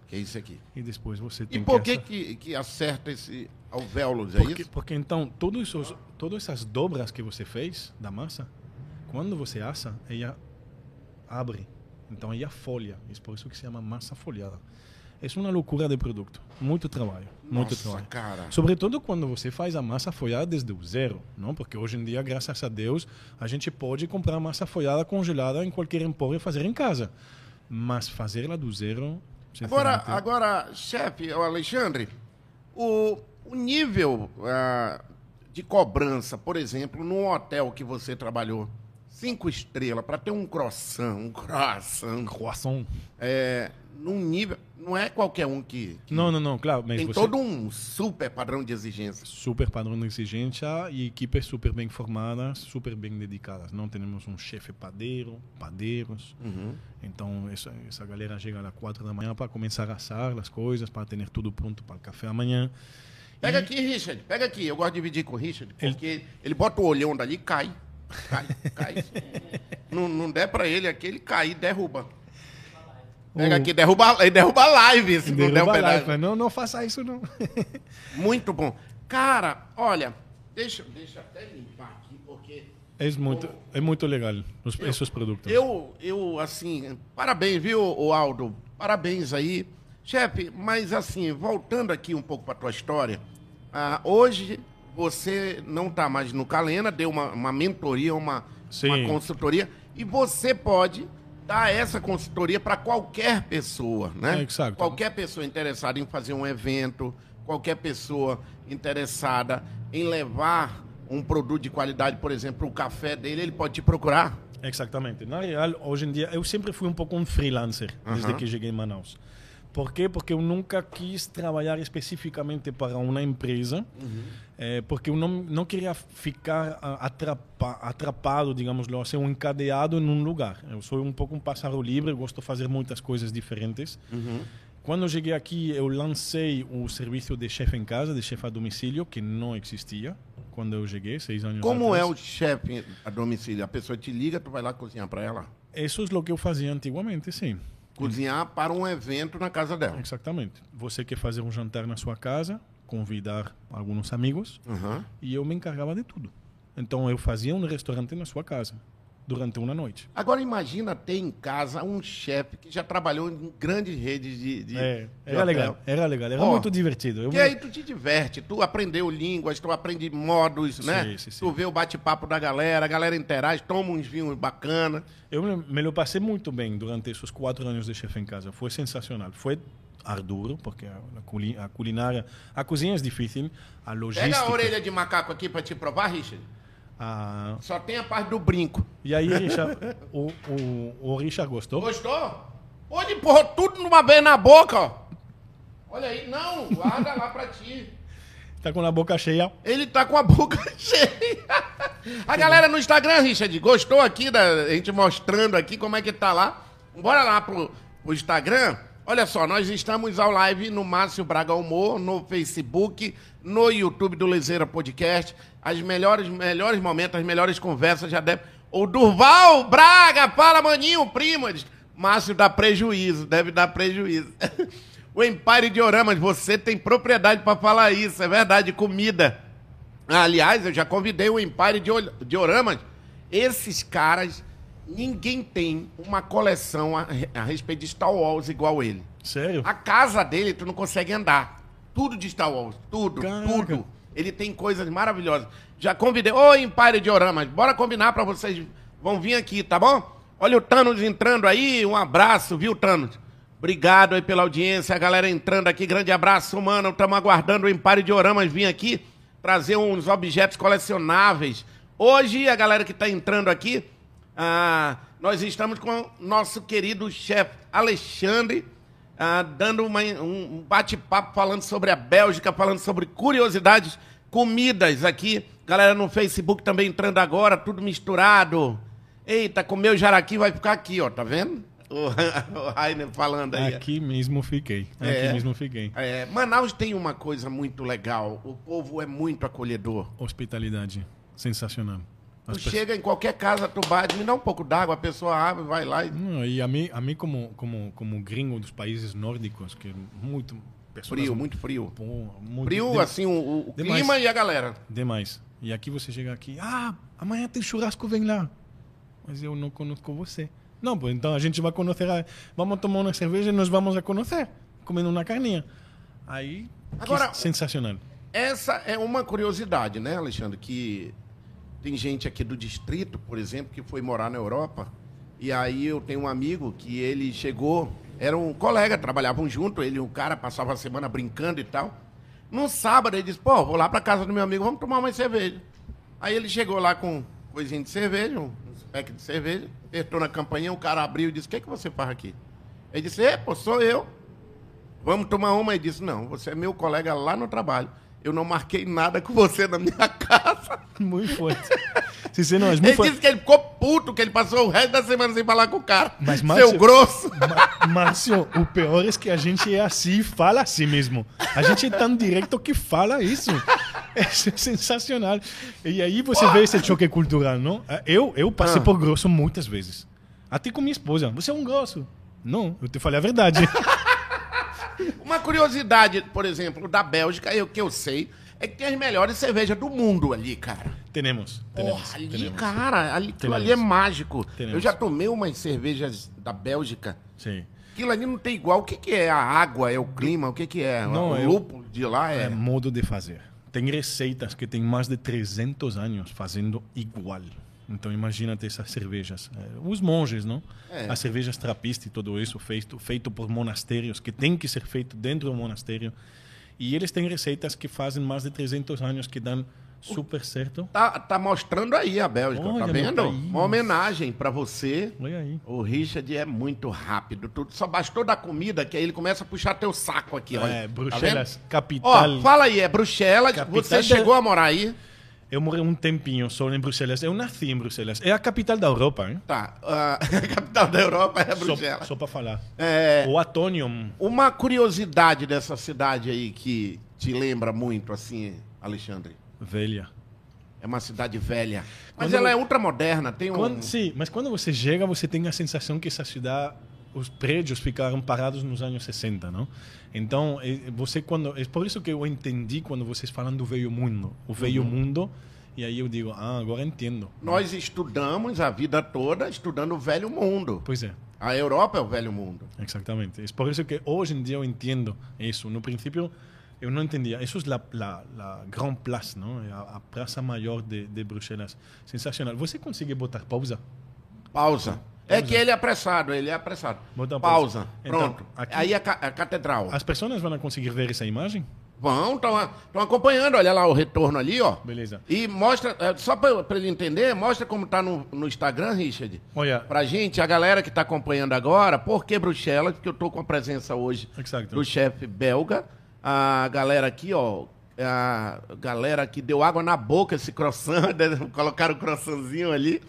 S1: Que é isso aqui.
S2: E depois você
S1: E
S2: tem
S1: por que
S2: assar.
S1: que, que acerta esse alvéolos, é
S2: Porque,
S1: isso?
S2: porque então, todos os, todas essas dobras que você fez da massa, quando você assa, ela abre. Então, ela folha. Isso por isso que se chama massa folhada. Isso é uma loucura de produto. Muito trabalho. Muito
S1: Nossa,
S2: trabalho.
S1: cara.
S2: Sobretudo quando você faz a massa folhada desde o zero, não? Porque hoje em dia, graças a Deus, a gente pode comprar massa folhada congelada em qualquer empório e fazer em casa. Mas fazer ela do zero...
S1: Agora,
S2: sinceramente,
S1: agora, chefe, o Alexandre, o, o nível ah, de cobrança, por exemplo, num hotel que você trabalhou, cinco estrelas, para ter um croissant, um croissant,
S2: Croissant.
S1: é, num nível, não é qualquer um que, que
S2: Não, não, não, claro. Mas
S1: tem
S2: você...
S1: todo um super padrão de exigência.
S2: super padrão de exigência e equipes super bem formadas, super bem dedicadas. Não temos um chefe padeiro, padeiros.
S1: Uhum.
S2: Então, essa, essa galera chega às quatro da manhã para começar a assar as coisas, para ter tudo pronto para o café amanhã.
S1: Pega aqui, Richard, pega aqui. Eu gosto de dividir com o Richard,
S2: Ele-
S1: porque ele, bota o olhão dali e cai. Cai, cai. não, não der pra ele aqui, ele cai, derruba. Pega
S2: O-
S1: aqui, derruba, ele derruba a live se não der um
S2: Derruba a
S1: pedaço.
S2: live, né? mas não, não faça isso, não.
S1: Muito bom. Cara, olha, deixa, deixa até limpar aqui, porque
S2: é, muito, é muito legal, os, esses produtos.
S1: eu, eu, assim, parabéns, viu, ô Aldo? Parabéns aí. Chefe, mas assim, voltando aqui um pouco pra tua história, ah, hoje você não tá mais no Calena, deu uma, uma mentoria, uma,
S2: Sim.
S1: uma consultoria, e você pode dar essa consultoria para qualquer pessoa, né?
S2: É, exato.
S1: Qualquer pessoa interessada em fazer um evento, qualquer pessoa interessada em levar um produto de qualidade, por exemplo, o café dele, ele pode te procurar.
S2: Exatamente. Na real, hoje em dia, eu sempre fui um pouco um freelancer desde que cheguei em Manaus. Por quê? Porque eu nunca quis trabalhar especificamente para uma empresa, eh, porque eu não, não queria ficar ah, atrapa, atrapado, digamos lá, ser um encadeado em um lugar. Eu sou um pouco um pássaro livre, eu gosto de fazer muitas coisas diferentes. Quando eu cheguei aqui, eu lancei o serviço de chefe em casa, de chefe a domicílio, que não existia quando eu cheguei, seis anos
S1: Como
S2: atrás.
S1: é o chefe a domicílio? A pessoa te liga, tu vai lá cozinhar para ela.
S2: Isso é o que eu fazia antiguamente, sim.
S1: Cozinhar para um evento na casa dela.
S2: Exatamente. Você quer fazer um jantar na sua casa, convidar alguns amigos,
S1: Aham.
S2: e eu me encargava de tudo. Então eu fazia um restaurante na sua casa, durante uma noite.
S1: Agora imagina ter em casa um chefe que já trabalhou em grandes redes de, de-
S2: É,
S1: de
S2: era
S1: hotel.
S2: legal, era legal, era
S1: Ó,
S2: muito divertido. Eu
S1: E aí tu te diverte, tu aprendeu línguas, tu aprende modos, né?
S2: Sim, sim, sim.
S1: Tu vê o bate-papo da galera, a galera interage, toma uns vinhos bacana.
S2: Eu me- me lo passei muito bem durante esses quatro anos de chefe em casa. Foi sensacional. Foi arduro, porque a, a culi- a culinária, a cozinha é difícil, a logística.
S1: Pega a orelha de macaco aqui pra te provar, Richard.
S2: a-
S1: Só tem a parte do brinco.
S2: E aí, Richard, o, o, o Richard gostou?
S1: Gostou? Pô, ele empurrou tudo numa vez na boca, ó. Olha aí, não, guarda lá pra ti.
S2: Tá com a boca cheia.
S1: Ele tá com a boca cheia. A galera no Instagram, Richard, gostou aqui da a gente mostrando aqui como é que tá lá? Bora lá pro, pro Instagram. Olha só, nós estamos ao live no Márcio Braga Humor, no Facebook, no YouTube do Lezeira Podcast. As melhores, melhores momentos, as melhores conversas já deve. O Durval Braga, fala maninho, primo. Ele diz, Márcio dá prejuízo, deve dar prejuízo. O Empire de Oramas, você tem propriedade para falar isso, é verdade, comida. Aliás, eu já convidei o Empire de, Ol- de Oramas. Esses caras, ninguém tem uma coleção a, a respeito de Star Wars igual ele.
S2: Sério?
S1: A casa dele, tu não consegue andar. Tudo de Star Wars, tudo,
S2: Caraca.
S1: tudo. Ele tem coisas maravilhosas. Já convidei. Ô, Empire de Oramas, bora combinar pra vocês. Vão vir aqui, tá bom? Olha o Thanos entrando aí. Um abraço, viu, Thanos? Obrigado aí pela audiência, a galera entrando aqui. Grande abraço, mano. Estamos aguardando o Empire de Oramas vir aqui trazer uns objetos colecionáveis. Hoje, a galera que tá entrando aqui, ah, nós estamos com o nosso querido chefe Alexandre ah, dando uma- um um bate-papo falando sobre a Bélgica, falando sobre curiosidades, comidas aqui. Galera no Facebook também entrando agora, tudo misturado. Eita, comeu jaraqui, vai ficar aqui, ó, tá vendo? O, o Rainer falando aí.
S2: Aqui mesmo fiquei. Aqui
S1: É.
S2: mesmo fiquei.
S1: É, Manaus tem uma coisa muito legal. O povo é muito acolhedor.
S2: Hospitalidade. Sensacional.
S1: Tu
S2: As pessoas-
S1: chega em qualquer casa, tu bate, me dá um pouco d'água, a pessoa abre, vai lá e
S2: Não, e a mim, a mim como, como, como gringo dos países nórdicos, que é muito... pessoas-
S1: frio, muito frio.
S2: Pô, muito-
S1: Frio,
S2: de-
S1: assim, o, o- o
S2: Demais.
S1: clima e a galera.
S2: Demais. E aqui você chega aqui, ah, amanhã tem churrasco, vem lá. Mas eu não conheço você. Não, pô, então a gente vai conhecer, a- vamos tomar uma cerveja e nós vamos a conhecer, comendo uma carninha. Aí, que
S1: Agora-
S2: sensacional.
S1: Essa é uma curiosidade, né, Alexandre? Que tem gente aqui do distrito, por exemplo, que foi morar na Europa. E aí eu tenho um amigo que ele chegou, era um colega, trabalhavam junto, ele e o cara passava a semana brincando e tal. No sábado ele disse: pô, vou lá pra casa do meu amigo, vamos tomar uma cerveja. Aí ele chegou lá com coisinha de cerveja, um pack de cerveja, apertou na campainha, o cara abriu e disse: o que, que você faz aqui? Ele disse: é, pô, sou eu. Vamos tomar uma. Ele disse: Não, você é meu colega lá no trabalho. Eu não marquei nada com você na minha casa.
S2: Muito forte. Sim, sim, não, é muito
S1: Ele
S2: forte.
S1: disse que ele ficou puto, que ele passou o resto da semana sem falar com o cara.
S2: Mas,
S1: Seu
S2: Márcio-
S1: grosso.
S2: Ma- Márcio, o pior é que a gente é assim, fala assim mesmo. A gente é tão direto que fala isso. É sensacional. E aí você vê esse choque cultural, não? Eu, eu passei
S1: Ah.
S2: por grosso muitas vezes. Até com minha esposa. Você é um grosso. Não, eu te falei a verdade.
S1: Uma curiosidade, por exemplo, da Bélgica, eu que eu sei, é que tem as melhores cervejas do mundo ali, cara.
S2: Tenemos. Tenemos.
S1: Porra, ali,
S2: tenemos.
S1: cara, ali, aquilo ali é
S2: Teremos.
S1: mágico.
S2: Teremos.
S1: Eu já tomei umas cervejas da Bélgica.
S2: Sim.
S1: Aquilo ali não tem igual. O que, que é a água? É o clima? O que, que é?
S2: Não,
S1: o
S2: eu-
S1: lúpulo de lá
S2: É
S1: é.
S2: modo de fazer. Tem receitas que tem mais de 300 anos fazendo igual. Então imagina ter essas cervejas. Eh, Os monges, não?
S1: É.
S2: As cervejas trapista e tudo isso feito, feito por monastérios, que tem que ser feito dentro do monastério. E eles têm receitas que fazem mais de 300 anos que dão super certo.
S1: Tá, tá mostrando aí a Bélgica,
S2: Olha,
S1: tá
S2: meu
S1: vendo?
S2: país.
S1: Uma homenagem pra você.
S2: Olha aí.
S1: O Richard é muito rápido. Tu só bastou da comida que aí ele começa a puxar teu saco aqui, olha.
S2: É,
S1: Tá
S2: Bruxelas,
S1: vendo?
S2: capital.
S1: Ó, fala aí, é Bruxelas.
S2: Capital
S1: você
S2: da-
S1: chegou a morar aí?
S2: Eu morei um tempinho só em Bruxelas. Eu nasci em Bruxelas. É a capital da Europa, hein?
S1: Tá. ah, a capital da Europa é
S2: Só,
S1: Bruxelas.
S2: só para falar.
S1: É,
S2: O Atonium.
S1: uma curiosidade dessa cidade aí que te lembra muito, assim, Alexandre.
S2: Velha.
S1: É uma cidade velha. Mas
S2: Quando-
S1: ela é ultramoderna, tem um.
S2: Quando- sim, mas quando você chega, você tem a sensação que essa cidade, os prédios ficaram parados nos anos 60, não? Então, é- você quando é por isso que eu entendi quando vocês falam do velho mundo, o velho mundo, e aí eu digo, ah, agora entendo.
S1: Nós estudamos a vida toda estudando o velho mundo.
S2: Pois é,
S1: A Europa é o velho mundo.
S2: exatamente. É por isso que hoje em dia eu entendo isso. No princípio eu não entendia. Isso é a, a, Grand Place, não? É a, a praça maior de, de Bruxelas. Sensacional. Você consegue botar pausa?
S1: Pausa. É que ele é apressado, ele é apressado.
S2: Botar
S1: Pausa.
S2: pausa. Então,
S1: Pronto.
S2: aqui-
S1: Aí a, ca- a catedral.
S2: As pessoas vão conseguir ver essa imagem?
S1: Vão, estão acompanhando, olha lá o retorno ali, ó.
S2: Beleza.
S1: E mostra, é, só para ele entender, mostra como tá no, no Instagram, Richard.
S2: Olha,
S1: Pra gente, a galera que tá acompanhando agora, por que Bruxelas? Porque eu tô com a presença hoje
S2: Exacto.
S1: do chefe belga. A galera aqui, ó. A galera que deu água na boca esse croissant, né? colocaram o croissantzinho ali.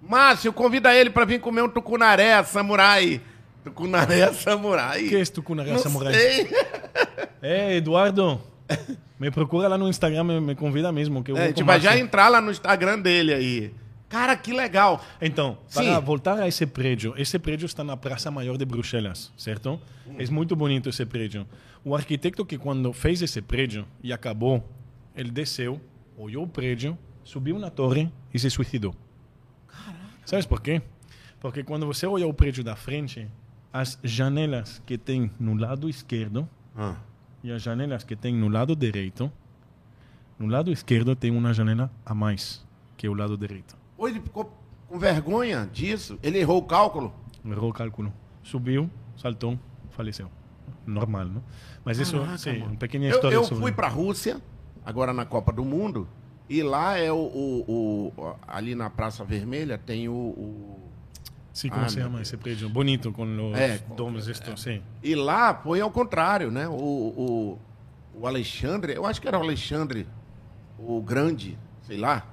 S1: Márcio, convida ele pra vir comer um tucunaré samurai. Tucunaré samurai.
S2: que é esse tucunaré
S1: Não
S2: samurai?
S1: sei.
S2: É, Eduardo, me procura lá no Instagram, me, me convida mesmo. Que eu
S1: É,
S2: vou
S1: a gente
S2: com
S1: vai
S2: Márcio.
S1: já entrar lá no Instagram dele aí. Cara, que legal.
S2: Então,
S1: Sim.
S2: para voltar a esse prédio, esse prédio está na Praça Maior de Bruxelas, certo? É muito bonito esse prédio. O arquiteto que quando fez esse prédio e acabou, ele desceu, olhou o prédio, subiu na torre e se suicidou. Sabe por quê? Porque quando você olha o prédio da frente, as janelas que tem no lado esquerdo e as janelas que tem no lado direito, no lado esquerdo tem uma janela a mais que o lado direito.
S1: Ou ele ficou com vergonha disso? Ele errou o cálculo?
S2: Errou o cálculo. Subiu, saltou, faleceu. Normal, não? Mas isso,
S1: Caraca,
S2: sim,
S1: mano.
S2: uma pequena
S1: Ah, Eu,
S2: história
S1: eu
S2: sobre...
S1: fui pra Rússia, agora na Copa do Mundo, e lá é o. o- o- ali na Praça Vermelha tem o. o-
S2: Sim, como
S1: Ah,
S2: se
S1: meu
S2: chama esse prédio? Bonito, com os
S1: É,
S2: domes, isto, sim.
S1: E lá foi ao contrário, né? O, o, o Alexandre, eu acho que era o Alexandre, o Grande, sei lá.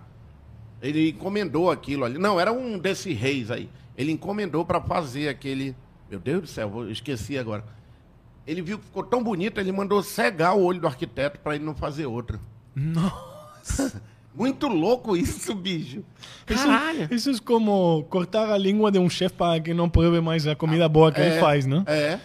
S1: Ele encomendou aquilo ali. Não, era um desses reis aí. Ele encomendou para fazer aquele. Meu Deus do céu, eu esqueci agora. Ele viu que ficou tão bonito, ele mandou cegar o olho do arquiteto para ele não fazer outra. Muito louco isso, bicho. Caralho.
S2: Isso, isso é como cortar a língua de um chefe para que não prove mais a comida boa que ele faz, não?
S1: É.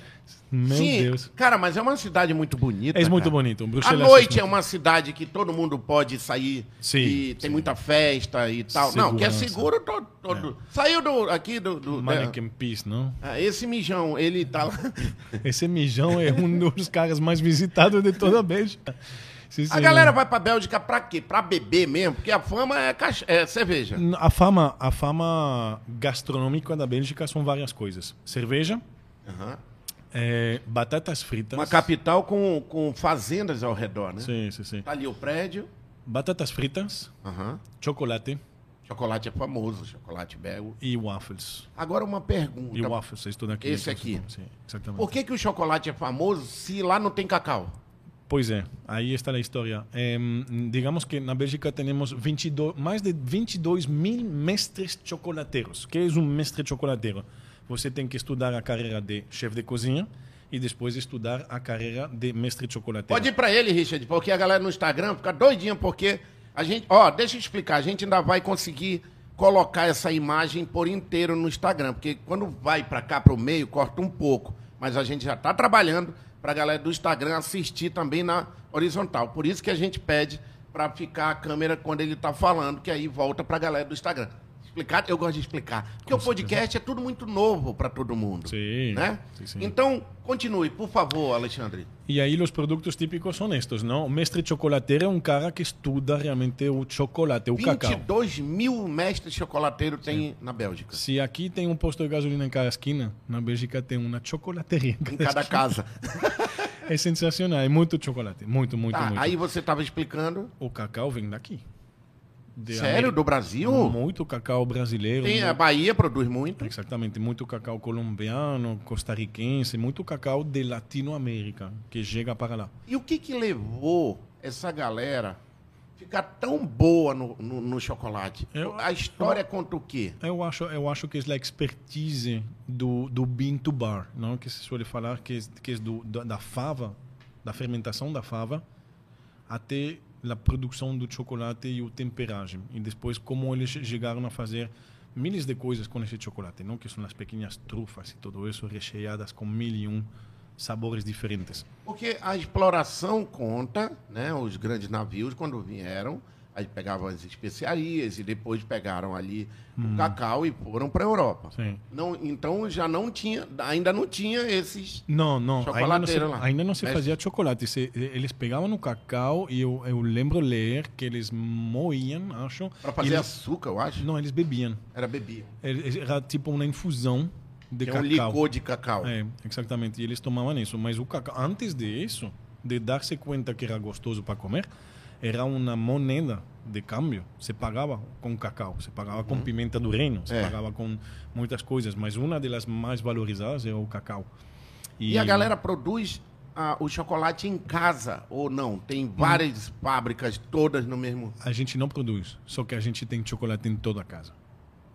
S2: Meu
S1: Sim,
S2: Deus.
S1: cara, mas é uma cidade muito bonita.
S2: É muito
S1: cara.
S2: bonito.
S1: A
S2: Bruxelas
S1: noite é
S2: muito-
S1: uma cidade que todo mundo pode sair
S2: Sim,
S1: e tem muita festa e tal. Não, que é
S2: Segurança. É.
S1: seguro todo. todo. Saiu do, aqui do. do né?
S2: Mannequin Peace, não?
S1: Ah, Esse mijão, ele tá lá.
S2: Esse mijão é um dos caras mais visitados de toda a Bélgica. Sim,
S1: A
S2: sim. né?
S1: galera vai pra Bélgica pra quê? Pra beber mesmo, porque a fama é, cacha... é cerveja.
S2: A fama, a fama gastronômica da Bélgica são várias coisas. Cerveja,
S1: Aham.
S2: eh, batatas fritas.
S1: Uma capital com, com fazendas ao redor, né?
S2: Sim, sim, sim.
S1: Tá ali o prédio.
S2: Batatas fritas,
S1: Aham.
S2: chocolate
S1: Chocolate é famoso, chocolate belgo.
S2: e waffles.
S1: Agora uma pergunta.
S2: E waffles, isso tudo aqui.
S1: Esse aqui.
S2: Sim, exatamente.
S1: Por que, que o chocolate é famoso se lá não tem cacau?
S2: Pois é, aí está a história. Em, digamos que na Bélgica temos 22, mais de 22 mil mestres chocolateiros. O que é um mestre chocolateiro? Você tem que estudar a carreira de chefe de cozinha e depois estudar a carreira de mestre chocolateiro.
S1: Pode ir pra ele, Richard, porque a galera no Instagram fica doidinha, porque a gente. Ó, deixa eu explicar, a gente ainda vai conseguir colocar essa imagem por inteiro no Instagram, porque quando vai pra cá, pro meio, corta um pouco. Mas a gente já tá trabalhando pra galera do Instagram assistir também na horizontal. Por isso que a gente pede pra ficar a câmera quando ele tá falando, que aí volta pra galera do Instagram. Explicar, eu gosto de explicar. Porque o podcast é tudo muito novo pra todo mundo.
S2: Sim,
S1: Né?
S2: sim, sim.
S1: Então, continue, por favor, Alexandre.
S2: E aí os produtos típicos são estes, não? O mestre chocolateiro é um cara que estuda realmente o chocolate, o cacau.
S1: 22 mil mestres chocolateiros tem na Bélgica.
S2: Se aqui tem um posto de gasolina em cada esquina, na Bélgica tem uma chocolateria.
S1: Em cada casa.
S2: É sensacional, é muito chocolate, muito, muito,
S1: Tá,
S2: muito.
S1: aí você estava explicando.
S2: O cacau vem daqui. De
S1: Sério? Do Brasil?
S2: América. Muito cacau brasileiro.
S1: Tem, a
S2: muito-
S1: Bahia produz muito.
S2: Exatamente, muito cacau colombiano, costarricense, muito cacau de Latinoamérica que chega para lá.
S1: E o que que levou essa galera ficar tão boa no, no- no chocolate?
S2: Eu-
S1: a história conta o quê?
S2: Eu acho, eu acho que é a expertise do, do bean to bar, não que se suele falar que é, que é do, da, da fava, da fermentação da fava, até a produção do chocolate e o temperagem. E depois como eles chegaram a fazer milhares de coisas com esse chocolate, não que são as pequenas trufas e tudo isso recheadas com mil e um sabores diferentes.
S1: Porque a exploração conta, né? Os grandes navios, quando vieram, aí pegavam as especiarias e depois pegaram ali o cacau e foram para a Europa.
S2: Hum. Sim.
S1: Não, então já não tinha, ainda não tinha esses.
S2: Não, não. Ainda não se,
S1: Chocolateiro lá.
S2: ainda não se
S1: Mestre.
S2: fazia chocolate. Se- eles pegavam o cacau e eu, eu lembro ler que eles moíam, acho.
S1: Para
S2: e
S1: fazer
S2: eles,
S1: açúcar, eu acho.
S2: Não, eles bebiam.
S1: Era bebida.
S2: Eles- Era tipo uma infusão de
S1: Que é um
S2: cacau.
S1: licor de cacau.
S2: É, exatamente. E eles tomavam isso. Mas o cacau, antes disso, de dar-se conta que era gostoso para comer, era uma moneda de câmbio. Você pagava com cacau, você pagava com pimenta do reino, você
S1: Uhum. É.
S2: pagava com muitas coisas, mas uma das mais valorizadas é o cacau.
S1: E, a galera produz ah, o chocolate em casa, ou não? Tem
S2: Hum.
S1: várias fábricas, todas no mesmo...
S2: A gente não produz, só que a gente tem chocolate em toda a casa.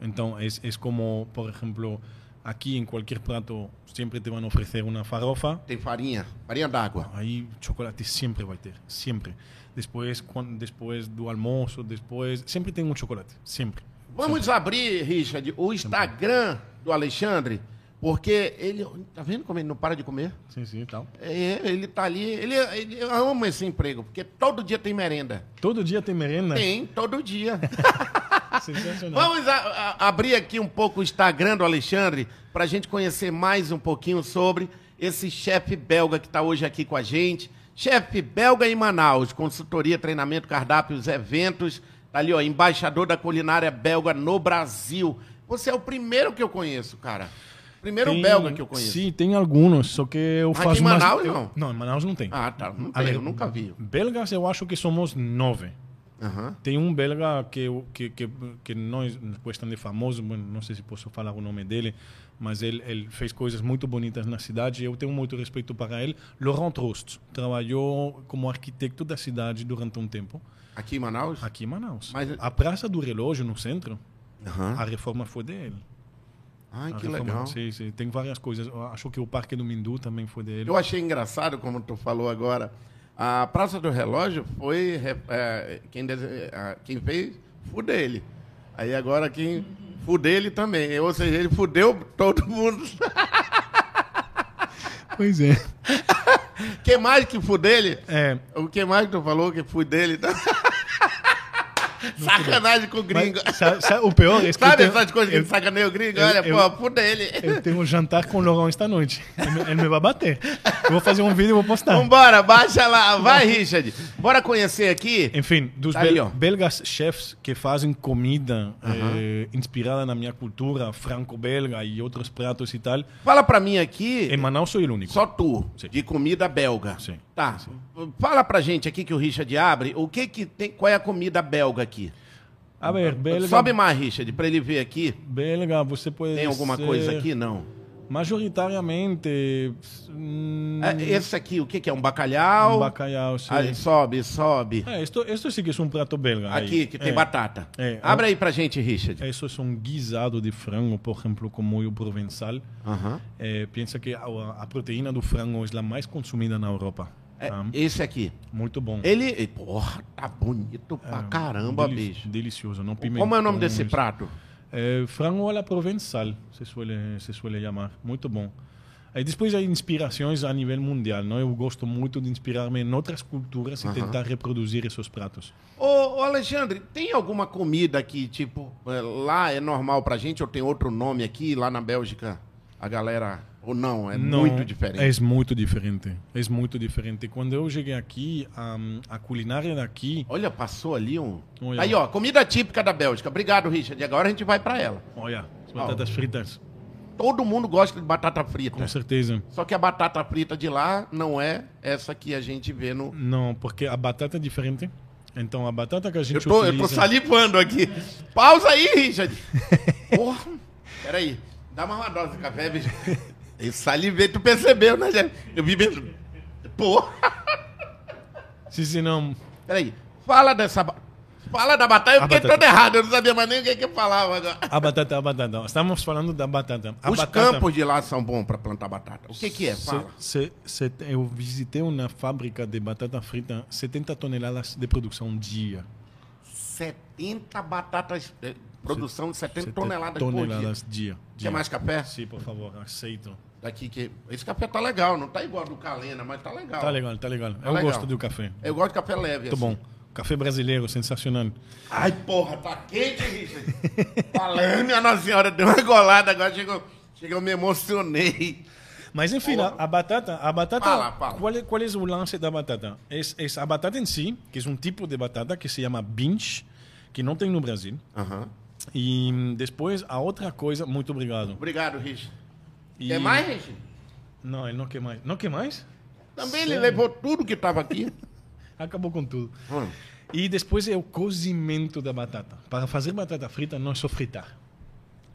S2: Então, é, é como, por exemplo, aqui em qualquer prato, sempre te vão oferecer uma farofa,
S1: Tem farinha, farinha d'água.
S2: aí chocolate sempre vai ter, sempre. Depois, quando, depois do almoço, depois, sempre tem um chocolate, sempre.
S1: Vamos abrir, Richard, o Instagram do Alexandre, porque ele... Tá vendo como ele não para de comer?
S2: Sim, sim, tal.
S1: É, ele tá ali, ele, ele ama esse emprego, porque todo dia tem merenda.
S2: Todo dia tem merenda.
S1: Tem, todo dia.
S2: Sensacional.
S1: Vamos a- a- abrir aqui um pouco o Instagram do Alexandre para a gente conhecer mais um pouquinho sobre esse chefe belga que está hoje aqui com a gente. Chefe belga em Manaus, consultoria, treinamento, cardápios, eventos. Tá ali, ó, embaixador da culinária belga no Brasil. Você é o primeiro que eu conheço, cara. Primeiro
S2: Tem-
S1: belga que eu conheço.
S2: Sim, tem alguns, só que eu
S1: Mas
S2: faço
S1: em
S2: mais-
S1: Manaus,
S2: eu-
S1: não?
S2: Não, em Manaus não tem.
S1: Ah, tá. Não
S2: A
S1: tem,
S2: ver-
S1: eu nunca vi.
S2: Belgas eu acho que somos nove.
S1: Aham.
S2: Tem um belga que, eu- que, que, que nós, questão de famoso, bueno, não sei se posso falar o nome dele, mas ele, ele fez coisas muito bonitas na cidade. Eu tenho muito respeito para ele. Laurent Trost trabalhou como arquiteto da cidade durante um tempo,
S1: Aqui em Manaus?
S2: aqui em Manaus.
S1: Mas-
S2: A Praça do Relógio, no centro,
S1: Aham.
S2: a reforma foi dele.
S1: Ai,
S2: A
S1: que
S2: reforma-
S1: legal.
S2: Sim, sim. Tem várias coisas. Eu Acho que o Parque do Mindu também foi dele.
S1: Eu achei engraçado, como tu falou agora, a Praça do Relógio foi re- é, quem, dese- a- quem fez, fudeu ele. Aí agora quem fudeu ele também. Ou seja, ele fudeu todo mundo.
S2: Pois é.
S1: que mais que fudeu ele?
S2: É,
S1: O que mais que tu falou que fudeu ele? Sacanagem com o gringo.
S2: mas sa- sa- o pior é que
S1: Sabe
S2: eu tenho-
S1: essas coisas que
S2: eu-
S1: ele sacaneia o gringo?
S2: eu-
S1: Olha,
S2: eu-
S1: pô, fudeu ele.
S2: Eu tenho um jantar com o Laurent esta noite. Ele me, ele me vai bater. Eu vou fazer um vídeo e vou postar.
S1: Vambora, baixa lá. Vai, Richard. Bora conhecer aqui.
S2: Enfim, dos
S1: Tá ali,
S2: bel-
S1: ó.
S2: belgas chefs que fazem comida eh, inspirada na minha cultura franco-belga e outros pratos e tal,
S1: Fala pra mim aqui.
S2: em Manaus sou o único.
S1: Só tu,
S2: Sim.
S1: de comida belga.
S2: Sim.
S1: Tá. Fala pra gente aqui que o Richard abre, o que que tem, qual é a comida belga aqui?
S2: A ver, belga,
S1: Sobe mais, Richard, pra ele ver aqui.
S2: belga você pode
S1: Tem alguma
S2: ser
S1: coisa aqui? Não.
S2: Majoritariamente, hum,
S1: É, Ah, Esse aqui, o que que é? Um bacalhau?
S2: um bacalhau, sim.
S1: Aí, sobe, sobe.
S2: É, isto, isto sim que é um prato belga. aí.
S1: Aqui, que tem
S2: É.
S1: batata.
S2: É.
S1: Abre aí pra gente, Richard.
S2: Isso é um guisado de frango, por exemplo, com molho provençal.
S1: Aham.
S2: É, pensa que a, a proteína do frango é a mais consumida na Europa.
S1: É,
S2: tá?
S1: esse aqui.
S2: Muito bom.
S1: Ele. e, Porra, tá bonito pra caramba,
S2: Deli-
S1: bicho.
S2: É, Delicioso, não pimentão.
S1: Como é o nome desse prato?
S2: É, frango à la provençal, se suele, se suele chamar. Muito bom. Aí depois há inspirações a nível mundial. Não? Eu gosto muito de inspirar-me em outras culturas e tentar reproduzir esses pratos.
S1: Ô, ô, Alexandre, tem alguma comida que, tipo, é, lá é normal pra gente ou tem outro nome aqui, lá na Bélgica, a galera. Ou não, é
S2: Não,
S1: muito diferente.
S2: É muito diferente. É muito diferente. Quando eu cheguei aqui, a, a culinária daqui...
S1: Olha, passou ali um.
S2: Olha.
S1: Aí, ó, comida típica da Bélgica. Obrigado, Richard. E agora a gente vai pra ela.
S2: Olha, as batatas fritas.
S1: Todo mundo gosta de batata frita.
S2: Com certeza.
S1: Só que a batata frita de lá não é essa que a gente vê no.
S2: Não, porque a batata é diferente. Então a batata que a gente
S1: Eu tô, eu tô
S2: utiliza...
S1: salivando aqui. Pausa aí, Richard. Porra. Peraí. Dá mais uma dose de café, bicho. Eu salivei, tu percebeu, né, gente? Eu vi mesmo. Porra.
S2: Sim, sim, não.
S1: Peraí. Fala dessa... ba- Fala da batalha, eu
S2: A
S1: fiquei
S2: batata.
S1: todo errado. Eu não sabia mais nem o que, que eu falava agora.
S2: A batata, a batata. Estamos falando da batata. A
S1: Os
S2: batata,
S1: campos de lá são bons pra plantar batata. O que que é? Fala.
S2: Se, se, se- eu visitei uma fábrica de batata frita, 70 toneladas de produção um dia.
S1: 70 batatas... eh, Produção de 70
S2: 70
S1: toneladas, por dia.
S2: toneladas dia. dia.
S1: Quer mais café?
S2: Sim, por favor, aceito.
S1: Daqui que... Esse café tá legal, não tá igual ao do Calena, mas tá legal.
S2: Tá legal, tá legal. eu
S1: É legal.
S2: gosto do café. Muito
S1: Eu gosto de café leve. assim.
S2: bom. Café brasileiro, sensacional.
S1: Ai, porra, tá quente, Richard. Falando, minha Nossa Senhora, deu uma golada agora, chegou, chegou, eu me emocionei.
S2: Mas enfim, a, a batata, a batata,
S1: Fala, fala.
S2: Qual, é, qual é o lance da batata? É, é a batata em si, que é um tipo de batata que se chama binge, que não tem no Brasil. E hum, depois a outra coisa, muito obrigado.
S1: Obrigado, Richard.
S2: E-
S1: Quer mais, Richard?
S2: Não, ele não quer mais. Não quer mais?
S1: Também ele levou tudo que estava aqui.
S2: Acabou com tudo.
S1: Hum.
S2: E depois é o cozimento da batata. Para fazer batata frita, não é só fritar.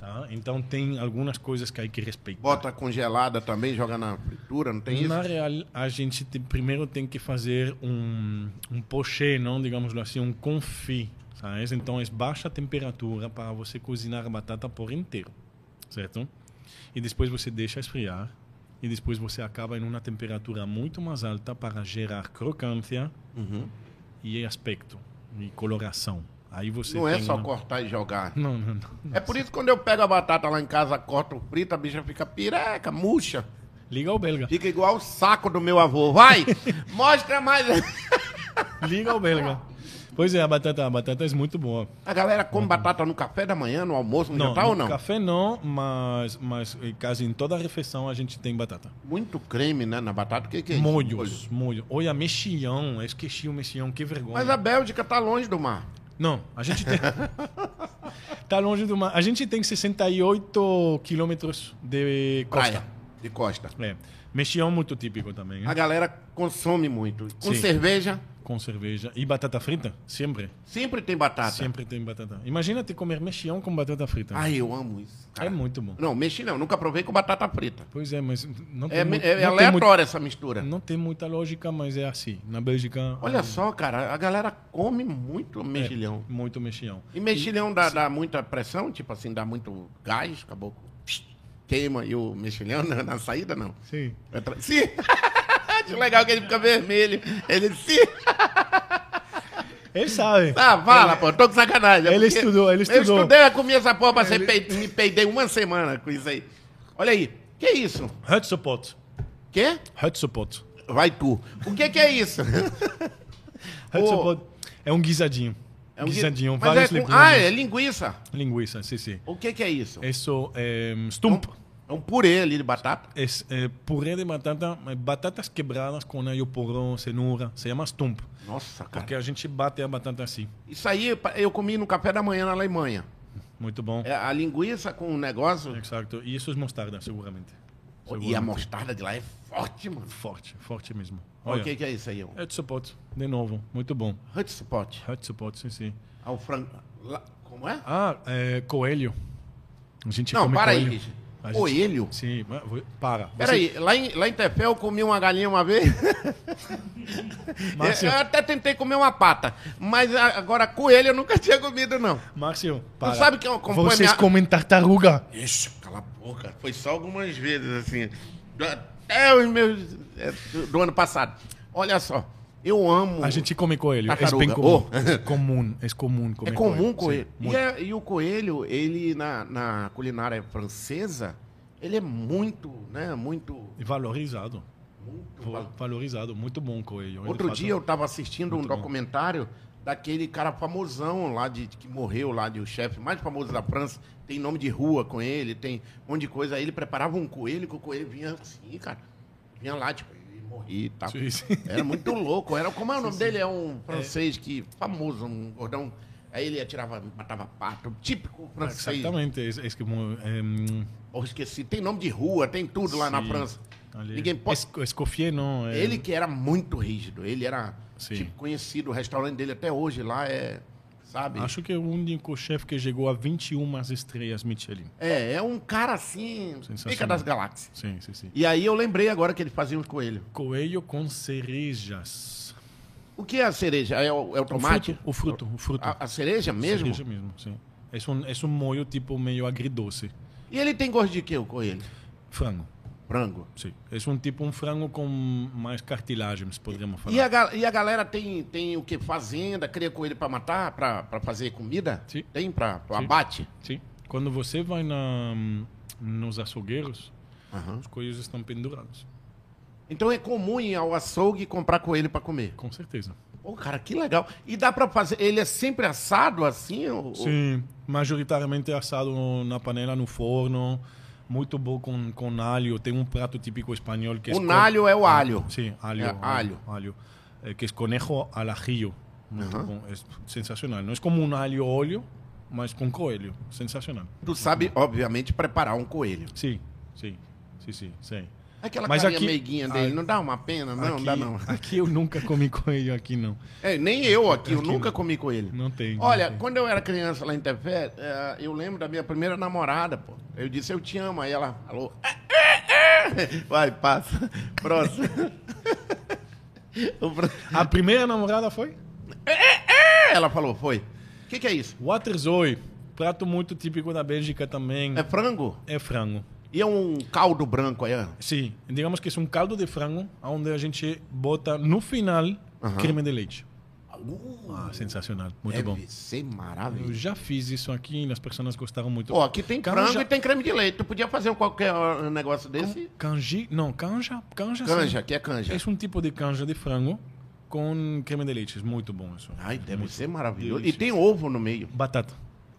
S2: Tá? Então tem algumas coisas que aí que respeitar.
S1: Bota congelada também, joga na fritura, não tem isso?
S2: Na real, a gente tem- primeiro tem que fazer um, um poché, não, digamos assim, um confit. Sabes? Então é baixa temperatura para você cozinhar a batata por inteiro, certo? E depois você deixa esfriar e depois você acaba em uma temperatura muito mais alta para gerar crocância
S1: Uhum.
S2: e aspecto e coloração. Aí você
S1: Não é
S2: tem
S1: só
S2: uma-
S1: cortar e jogar.
S2: Não, não, não.
S1: É por isso que quando eu pego a batata lá em casa, corto frita, a bicha fica pireca, murcha.
S2: Liga ao belga.
S1: Fica igual o saco do meu avô. Vai! Mostra mais.
S2: Liga ao belga. Pois é, a batata, a batata é muito boa.
S1: A galera come batata no café da manhã, no almoço, no jantar
S2: Uhum.
S1: ou
S2: no
S1: não?
S2: café não, mas, mas eh, quase em toda a refeição a gente tem batata.
S1: Muito creme, né, na batata. O que, que é isso?
S2: Molhos, molho. Olha, mexilhão, eu esqueci o mexilhão, que vergonha.
S1: Mas a Bélgica tá longe do mar.
S2: Não, a gente tem... tá longe do mar. A gente tem 68 quilômetros de costa.
S1: Praia. De costa.
S2: É, mexilhão muito típico também,
S1: A
S2: né?
S1: galera consome muito. Com
S2: Sim.
S1: cerveja,
S2: com cerveja. E batata frita, sempre,
S1: sempre tem batata.
S2: sempre tem batata. Imagina te comer mexilhão com batata frita.
S1: Ai, eu amo isso. cara.
S2: é muito bom.
S1: Não, mexi não. Nunca provei com batata frita.
S2: Pois é, mas não tem,
S1: É,
S2: mu-
S1: me- é
S2: não tem muito-
S1: aleatória essa mistura.
S2: Não tem muita lógica, mas é assim. Na Bélgica.
S1: Olha só, cara, a galera come muito mexilhão.
S2: é muito mexilhão.
S1: E mexilhão dá, dá muita pressão, tipo assim, dá muito gás, acabou. Queima e o mexilhão na, na saída, não.
S2: Sim.
S1: É tra- Sim! Acho legal que ele fica vermelho. Ele se.
S2: Ele sabe.
S1: Ah, fala, pô, tô com sacanagem. É
S2: Ele
S1: porque
S2: estudou, ele
S1: Eu
S2: estudou.
S1: estudei, eu comi essa porra pra ser pei- me peidei uma semana com isso aí. Olha aí, que é isso?
S2: Hutsopot.
S1: Quê?
S2: Hutsopot.
S1: Vai tu. O que que é isso?
S2: Hutsopot é um guisadinho.
S1: É um gui-
S2: guisadinho,
S1: Mas
S2: várias
S1: é com-
S2: legumes.
S1: Ah, é linguiça.
S2: Linguiça, sim, sim.
S1: O que que é isso?
S2: Isso é um, stump.
S1: É um purê ali de batata.
S2: É, é purê de batata, é batatas quebradas com alho-porão, cenoura. Se chama stump.
S1: Nossa, cara.
S2: Porque a gente bate a batata assim.
S1: Isso aí pa- eu comi no café da manhã na Alemanha.
S2: Muito bom.
S1: É a linguiça com um negócio.
S2: Exato. E isso é mostarda, seguramente.
S1: Oh, E a
S2: Seguramente.
S1: mostarda de lá é forte, mano.
S2: Forte, forte mesmo.
S1: Olha.
S2: Olha.
S1: O que que é isso aí? Um
S2: Hotspot, de novo, muito bom.
S1: Hotspot.
S2: Hotspot, sim, sim.
S1: Ao frango. lá- Como é?
S2: Ah, é, coelho. A gente
S1: Não,
S2: come
S1: para aí,
S2: coelho.
S1: bicho.
S2: A gente-
S1: Coelho?
S2: Sim, mas vou- para.
S1: Peraí, lá em, lá em Tefé eu comi uma galinha uma vez.
S2: Márcio.
S1: Eu até tentei comer uma pata. Mas a- agora coelho eu nunca tinha comido, não.
S2: Você, Márcio, para.
S1: sabe que eu compõe
S2: Vocês
S1: minha-
S2: comem tartaruga.
S1: Ixi, cala a boca. Foi só algumas vezes, assim. Do- Até os meus. é, do, do ano passado. Olha só, eu amo.
S2: A gente come coelho.
S1: Oh. Tartaruga.
S2: É bem comum.
S1: Oh.
S2: É comum, é comum comer
S1: É comum coelho.
S2: Sim,
S1: E,
S2: muito.
S1: é- e o coelho, ele na, na culinária francesa, ele é muito, né? Muito.
S2: E valorizado.
S1: muito
S2: Vo- Valorizado, muito bom coelho. Ele
S1: Outro
S2: faz-
S1: dia eu estava assistindo um
S2: Muito bom.
S1: documentário daquele cara famosão lá de que morreu lá de o chefe mais famoso da França, tem nome de rua com ele, tem um monte de coisa. Aí ele preparava um coelho, que o coelho vinha assim, cara. Vinha lá, tipo, e morria e tal.
S2: Sim, sim.
S1: Era muito louco. Era, como é o nome dele? É um francês que famoso, um gordão. Aí ele atirava, matava pato, típico francês.
S2: Exatamente. É, é, como, é, hum,
S1: Ou esqueci, tem nome de rua, tem tudo lá na
S2: sim.
S1: França.
S2: Ali.
S1: Ninguém pode.
S2: Esco- Escoffier, não. é-
S1: Ele que era muito rígido, ele era
S2: Sim.
S1: tipo, conhecido, o restaurante dele até hoje lá é, sabe?
S2: Acho que é o único chefe que chegou a 21 estrelas Michelin.
S1: É, é um cara assim,
S2: Sensacional.
S1: pica das galáxias.
S2: Sim, sim, sim.
S1: E aí eu lembrei agora que ele fazia uns coelhos.
S2: Coelho com cerejas.
S1: O que é a cereja? É o, é o
S2: O
S1: tomate?
S2: fruto, O fruto, o fruto.
S1: A, a cereja Ah, mesmo?
S2: Cereja mesmo, sim. É um, é um molho tipo meio agridoce.
S1: E ele tem gosto de quê, o coelho?
S2: Frango,
S1: Frango.
S2: sim. É um tipo um frango com mais cartilagens, poderíamos falar.
S1: E a, ga- e a galera tem, tem o que? Fazenda, cria coelho pra matar, pra, pra fazer comida?
S2: Sim.
S1: Tem pra, pro
S2: Sim.
S1: abate?
S2: Sim. Quando você vai na, nos açougueiros,
S1: Aham.
S2: os coelhos estão pendurados.
S1: Então é comum ir ao açougue comprar coelho pra comer.
S2: Com certeza.
S1: Pô, cara, que legal. E dá pra fazer. Ele é sempre assado assim? ou-
S2: Sim, majoritariamente é assado no- na panela, no forno. Muito bom com, com alho. Tem um prato típico espanhol que
S1: O
S2: esco-
S1: nalho é o alho.
S2: Sim, alho.
S1: É, alho.
S2: alho. alho. É, que é conejo al ajillo. Muito bom. É sensacional. Não é como um alho óleo, mas com coelho. Sensacional.
S1: Tu sabe, obviamente, preparar um coelho.
S2: Sim, sim. Sim, sim, sim.
S1: Aquela
S2: Mas
S1: carinha
S2: aqui-
S1: meiguinha dele, não dá uma pena? Não,
S2: aqui,
S1: dá não.
S2: Aqui eu nunca comi coelho, aqui não.
S1: É, nem eu aqui, eu nunca comi com ele.
S2: Não tem.
S1: Olha, quando eu era criança lá em Tefé, eh, eu lembro da minha primeira namorada, pô. Eu disse, eu te amo. Aí ela falou... "Ah, ah, ah." Vai, passa. Próximo. O pro-
S2: A primeira namorada foi?
S1: ela falou, foi. O que, que é isso?
S2: Waterzoi. Prato muito típico da Bélgica também.
S1: É frango?
S2: É frango.
S1: E é um caldo branco aí, ó.
S2: Sim. Digamos que é um caldo de frango, onde a gente bota no final creme de leite. Ah, sensacional. Muito bom.
S1: Deve ser
S2: Eu
S1: maravilhoso.
S2: já fiz isso aqui e as pessoas gostaram muito.
S1: Ó, aqui tem
S2: Canja.
S1: frango e tem creme de leite. Tu podia fazer um qualquer ó, negócio desse?
S2: Canji... Não, canja. Canja, sim.
S1: Canja, aqui é canja.
S2: É um tipo de canja de frango com creme de leite. é Muito bom isso.
S1: Ai, deve ser maravilhoso. E
S2: Delícia.
S1: tem ovo no meio.
S2: Batata.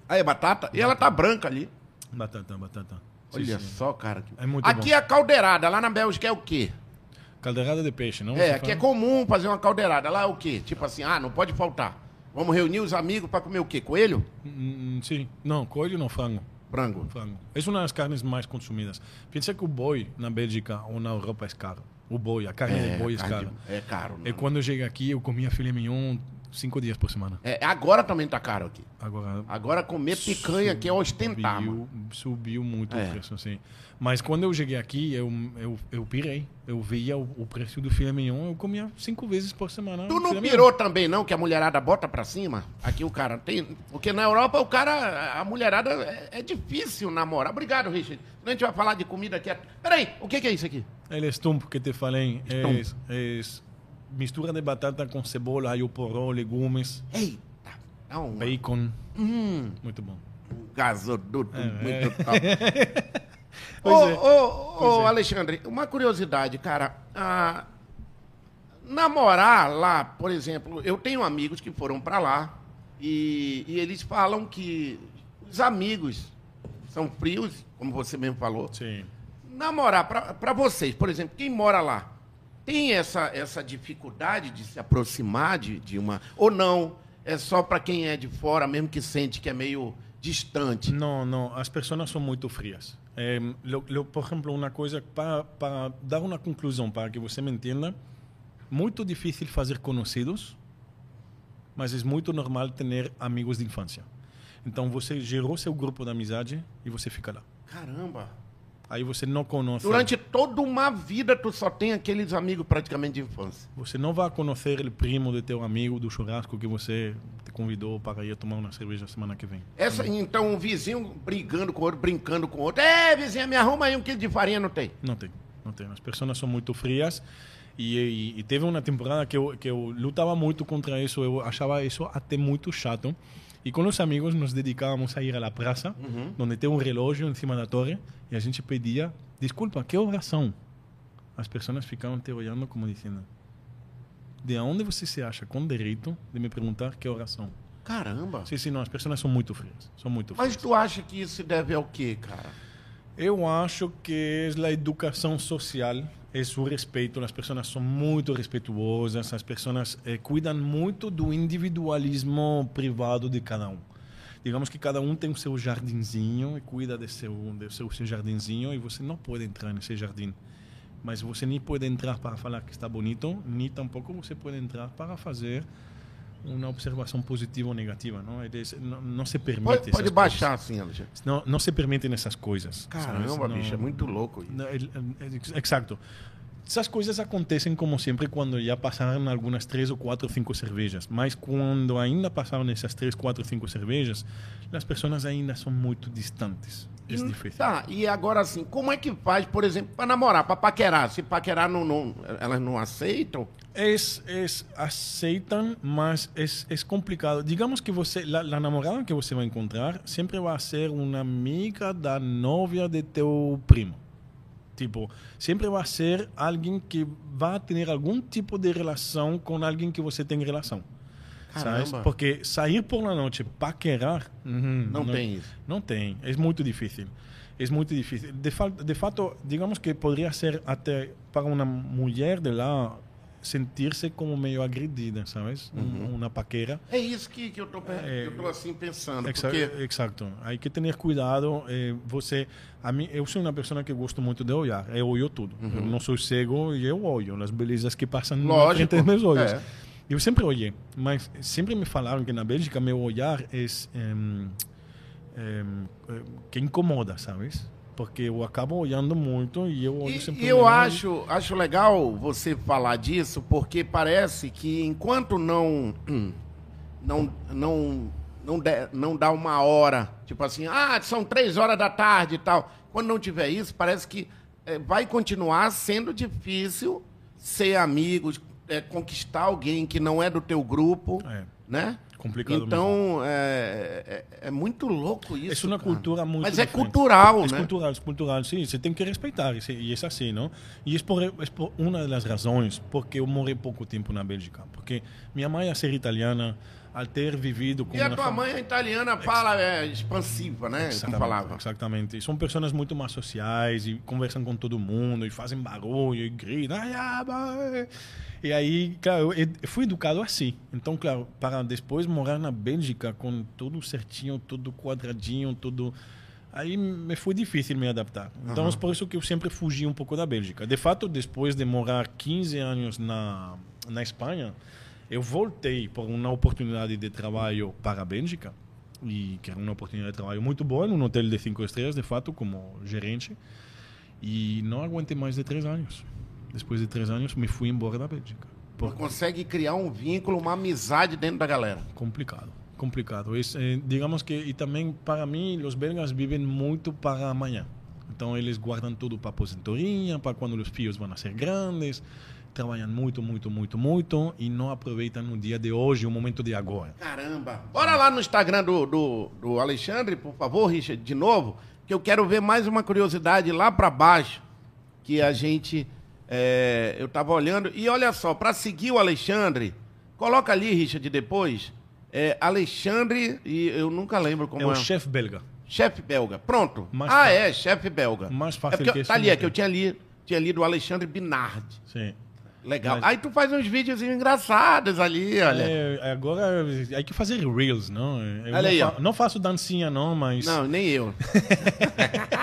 S1: Aí é batata? E ela tá branca ali.
S2: Batata, batata. Sim,
S1: Olha
S2: sim.
S1: só, cara.
S2: É muito
S1: aqui
S2: bom.
S1: é a caldeirada. Lá na Bélgica é o quê?
S2: Caldeirada de peixe, não?
S1: É,
S2: Você
S1: aqui é
S2: fala?
S1: comum fazer uma caldeirada. Lá é o quê? Tipo assim, ah, não pode faltar. Vamos reunir os amigos pra comer o quê? Coelho?
S2: Hum, hum, sim. Não, coelho não, frango.
S1: Frango.
S2: frango. É uma das carnes mais consumidas. Pensa que o boi na Bélgica ou na Europa é caro. O boi, a carne de boi é
S1: carne
S2: cara.
S1: de- é caro. né?
S2: E quando eu cheguei aqui, eu comia filé mignon cinco dias por semana.
S1: É, agora também tá caro aqui.
S2: Agora
S1: Agora comer picanha aqui é ostentar, mano.
S2: subiu, subiu muito
S1: É.
S2: o preço, assim. Mas quando eu cheguei aqui, eu, eu, eu pirei. Eu via o, o preço do filé mignon, eu comia cinco vezes por semana.
S1: Tu não
S2: filé mignon.
S1: pirou também, não, que a mulherada bota pra cima? Aqui o cara tem. Porque na Europa o cara. A mulherada é, é difícil namorar. Obrigado, Richard. Senão A gente vai falar de comida aqui. Peraí, o que, que é isso aqui?
S2: Ele estumpo que te falei. É, é mistura de batata com cebola, alho poró, legumes,
S1: Eita, dá um
S2: bacon.
S1: Hum.
S2: Muito bom.
S1: gasoduto
S2: É,
S1: muito top. Ô,
S2: Pois é.
S1: ô, ô, Alexandre, uma curiosidade, cara. Ah, namorar lá, por exemplo, eu tenho amigos que foram pra lá e, e eles falam que os amigos são frios, como você mesmo falou.
S2: Sim.
S1: Namorar, pra- pra vocês, por exemplo, quem mora lá, tem essa, essa dificuldade de se aproximar de, de uma. Ou não? É só pra quem é de fora mesmo que sente que é meio distante.
S2: Não, não, as pessoas são muito frias. É, lo- lo- por exemplo, uma coisa para, para dar uma conclusão, para que você me entenda, muito difícil fazer conhecidos, mas é muito normal ter amigos de infância. Então você gerou seu grupo de amizade e você fica lá.
S1: Caramba!
S2: Aí você não conhece.
S1: Durante toda uma vida, tu só tem aqueles amigos praticamente de infância.
S2: Você não vai conhecer o primo de teu amigo do churrasco que você te convidou para ir tomar uma cerveja semana que vem.
S1: Essa, então, um vizinho brigando com o outro, brincando com o outro. É, vizinha, me arruma aí um quilo de farinha, não tem.
S2: Não tem, não tem. As pessoas são muito frias. E, e- e teve uma temporada que eu, que eu lutava muito contra isso. Eu achava isso até muito chato. E com os amigos nos dedicávamos a ir à praça, onde tem um relógio em cima da torre, e a gente pedia, desculpa, que horas são? As pessoas ficavam te olhando como dizendo, de onde você se acha com direito de me perguntar que horas são?
S1: Caramba!
S2: Sim, sim, não, as pessoas são muito frias, são muito frias.
S1: Mas tu acha que isso se deve ao quê, cara?
S2: Eu acho que é a educação social, é o respeito. As pessoas são muito respeituosas, as pessoas eh, cuidam muito do individualismo privado de cada um. Digamos que cada um tem o seu jardinzinho e cuida do seu, do seu, seu jardinzinho e você não pode entrar nesse jardim. Mas você nem pode entrar para falar que está bonito, nem tampouco você pode entrar para fazer uma observação positiva ou negativa. Não, Eles, não, não se permite.
S1: Pode, pode
S2: essas
S1: baixar assim, Alexandre.
S2: coisas. Não, não se permitem essas coisas.
S1: Caramba,
S2: sabe? Não-
S1: bicho, é muito louco isso.
S2: não, el- el- ex- Exacto. é, Essas coisas acontecem como sempre quando já passaram algumas três ou quatro ou cinco cervejas. Mas quando ainda passaram essas três, quatro, cinco cervejas, as pessoas ainda são muito distantes. É
S1: E-
S2: difícil.
S1: Tá, e agora assim, como é que faz, por exemplo, pra namorar, pra paquerar? Se paquerar, não, não, elas não aceitam?
S2: Es, es, aceitam, mas é, é complicado. Digamos que você, a, a namorada que você vai encontrar sempre vai ser uma amiga da novia de teu primo. Tipo, sempre vai ser alguém que vai ter algum tipo de relação com alguém que você tem relação.
S1: Caramba.
S2: Sabes? Porque sair por la noite, paquerar, uhum,
S1: Não tem isso.
S2: não tem, é muito difícil. É muito difícil. De, fa- de fato, digamos que poderia ser até para uma mulher de lá sentir-se como meio agredida, sabes? Um- Uma paquera.
S1: É isso que, que eu tô, pe-
S2: É,
S1: eu tô assim pensando.
S2: Exa-
S1: Porque
S2: Exato. Aí que ter cuidado. eh, Você, a mim, eu sou uma pessoa que gosto muito de olhar. Eu olho tudo. Eu não sou cego e eu olho as belezas que passam na
S1: Uhum. Lógico.
S2: frente dos meus olhos.
S1: É.
S2: Eu sempre olhei, mas sempre me falaram que na Bélgica meu olhar é, em, em, eh, que incomoda, sabes? Porque eu acabo olhando muito e eu olho sempre.
S1: e, eu
S2: olhando.
S1: acho, acho legal você falar disso, porque parece que enquanto não não não não, der- não dá uma hora, tipo assim, ah, são três horas da tarde e tal. Quando não tiver isso, parece que eh, vai continuar sendo difícil ser amigo, eh, conquistar alguém que não é do teu grupo,
S2: É.
S1: né?
S2: Complicado
S1: Então, é, é, é muito louco isso.
S2: Isso é uma
S1: cara.
S2: cultura muito
S1: Mas é
S2: diferente.
S1: cultural,
S2: É
S1: né?
S2: cultural, é cultural, sim. Você tem que respeitar, isso- e é assim, não? E isso por, é por uma das razões porque eu morei pouco tempo na Bélgica. Porque minha mãe, a ser italiana, ao ter vivido com
S1: E a
S2: uma
S1: tua
S2: fam-
S1: mãe é italiana, fala é, expansiva, né? Como
S2: Exatamente,
S1: falava.
S2: Exatamente. E são pessoas muito mais sociais e conversam com todo mundo e fazem barulho e gritam. "Ai, ah, bah, eh". E aí, claro, eu eu fui educado assim. Então, claro, para depois morar na Bélgica com tudo certinho, tudo quadradinho, tudo. Aí me foi difícil me adaptar. Então, é por isso que eu sempre fugi um pouco da Bélgica. De fato, depois de morar 15 anos na, na Espanha, eu voltei por uma oportunidade de trabalho para a Bélgica e que era uma oportunidade de trabalho muito boa num hotel de cinco estrelas, de fato, como gerente. E não aguentei mais de três anos. Depois de três anos, me fui embora da Bélgica.
S1: Não
S2: Por
S1: consegue criar um vínculo, uma amizade dentro da galera.
S2: complicado, complicado. Esse, eh, digamos que e também para mim, os belgas vivem muito para amanhã. Então eles guardam tudo para aposentadoria, para quando os filhos vão ser grandes. Trabalham muito, muito, muito, muito e não aproveitam o dia de hoje, o momento de agora.
S1: Caramba! Bora lá no Instagram do, do, do Alexandre, por favor, Richard, de novo, que eu quero ver mais uma curiosidade lá pra baixo, que a gente. é, eu tava olhando. E olha só, pra seguir o Alexandre, coloca ali, Richard, depois. é, Alexandre, e eu nunca lembro como
S2: é o chefe belga.
S1: Chefe belga, pronto.
S2: Mais
S1: ah,
S2: fácil.
S1: é, chefe belga.
S2: Mais fácil
S1: é porque,
S2: que
S1: eu-
S2: esse
S1: Tá ali, é
S2: mesmo.
S1: que eu tinha ali, tinha ali do Alexandre Binardi.
S2: Sim.
S1: Legal.
S2: Mas-
S1: Aí tu faz uns vídeos engraçados ali, olha.
S2: É, agora hay que fazer reels, não? Eu
S1: Olha
S2: não,
S1: aí,
S2: fa-
S1: ó.
S2: não faço dancinha, não, mas.
S1: Não, nem eu.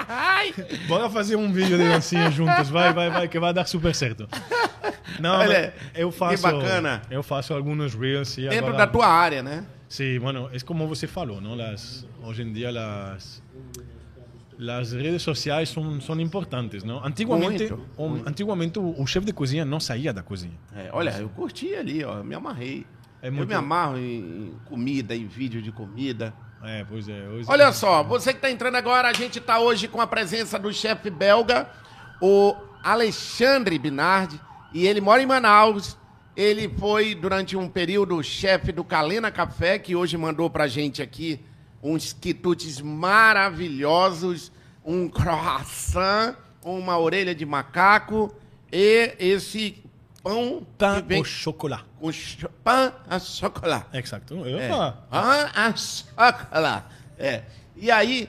S1: Ai,
S2: Bora fazer um vídeo de dancinha juntos. Vai, vai, vai, que vai dar super certo. Não,
S1: Olha,
S2: mas eu
S1: que
S2: faço.
S1: bacana.
S2: Eu faço alguns reels. E
S1: dentro
S2: agora-
S1: da tua área, né?
S2: Sim, bueno, é como você falou, não? Las, hoje em dia, as. As redes sociais são, são importantes, não? Antigamente,
S1: Muito,
S2: o, antigamente o, o chefe de cozinha não saía da cozinha.
S1: É, olha, eu curti ali, ó, me amarrei.
S2: É
S1: eu
S2: muito-
S1: me amarro em, em comida, em vídeo de comida.
S2: É, pois é. hoje-
S1: Olha só, você que está entrando agora, a gente está hoje com a presença do chefe belga, o Alexandre Binardi, e ele mora em Manaus. Ele foi, durante um período, chefe do Calena Café, que hoje mandou para gente aqui uns quitutes maravilhosos, um croissant, uma orelha de macaco e esse pão
S2: Pain
S1: que vem
S2: au chocolat.
S1: com cho- pão a chocolate.
S2: Exato. Eu,
S1: É.
S2: ah,
S1: Ah, ah, saca lá. É. E aí,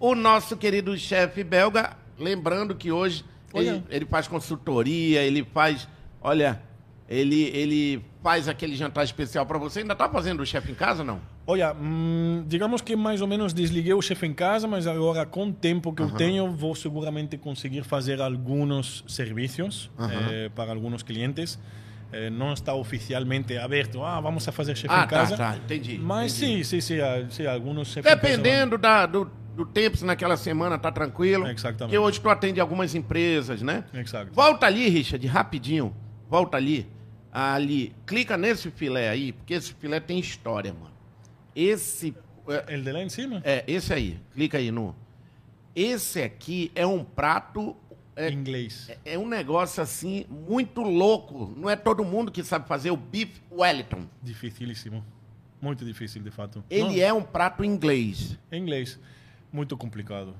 S1: o nosso querido chefe belga, lembrando que hoje
S2: Olha.
S1: ele, ele faz consultoria, ele faz. Olha, ele, ele faz aquele jantar especial pra você. Ainda tá fazendo o chefe em casa não?
S2: Olha, hum, mm, digamos que mais ou menos desliguei o chefe em casa, mas agora com o tempo que eu tenho, vou seguramente conseguir fazer alguns serviços eh, para alguns clientes. Eh, não está oficialmente aberto. Ah, vamos a fazer chefe
S1: Ah,
S2: em
S1: tá,
S2: casa.
S1: tá, entendi,
S2: Mas sim, sim, sim, ah, sim, alguns chefes
S1: Dependendo da, do, do tempo, se naquela semana tá tranquilo.
S2: Exatamente.
S1: Porque hoje tu atende algumas empresas, né?
S2: Exato.
S1: Volta ali, Richard, rapidinho. Volta ali. Ali. Clica nesse filé aí, porque esse filé tem história, mano. Esse. é,
S2: Ele de lá em cima?
S1: É, esse aí. Clica aí no. Esse aqui é um prato. É,
S2: Inglês.
S1: é um negócio assim muito louco. Não é todo mundo que sabe fazer o Beef Wellington.
S2: Dificílissimo. Muito difícil, de fato.
S1: Ele
S2: Não, Tá
S1: é um prato inglês.
S2: Inglês. Muito complicado.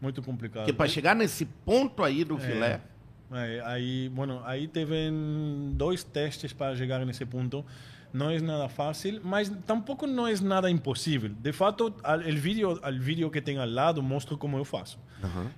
S2: Muito complicado.
S1: Porque para chegar nesse ponto aí do filé.
S2: É, aí, bueno, aí teve dois testes para chegar nesse ponto. Não é nada fácil, mas tampouco não é nada impossível. De fato, al- o vídeo, o vídeo que tem ao lado mostra como eu faço.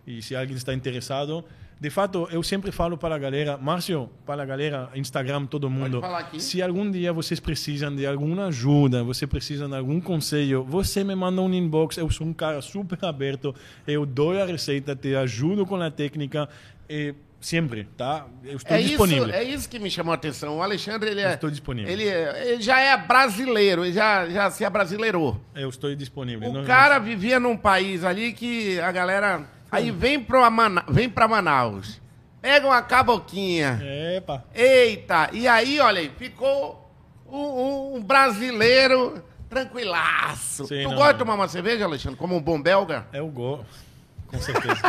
S2: E se alguém está interessado, De fato, eu sempre falo para a galera, Márcio, para a galera, Instagram, todo mundo.
S1: falar aqui.
S2: Se algum dia vocês precisam de alguma ajuda, você precisa de algum conselho, você me manda um inbox. Eu sou um cara super aberto. Eu dou a receita, te ajudo com a técnica. E sempre, tá? Eu estou
S1: É
S2: disponível.
S1: isso, é isso que me chamou a atenção. O Alexandre, ele é.
S2: Estou disponível.
S1: Ele, é- ele já é brasileiro, ele já, já se abrasileirou.
S2: Eu estou disponível.
S1: O
S2: Não-
S1: cara vivia num país ali que a galera. Aí vem pra, Mana... vem pra Manaus, pega uma caboquinha.
S2: Epa.
S1: Eita! E aí, olha aí, ficou um, um- um brasileiro tranquilaço.
S2: Sim,
S1: tu
S2: não,
S1: gosta de
S2: não.
S1: tomar uma cerveja, Alexandre? Como um bom belga?
S2: É o gol. Com certeza.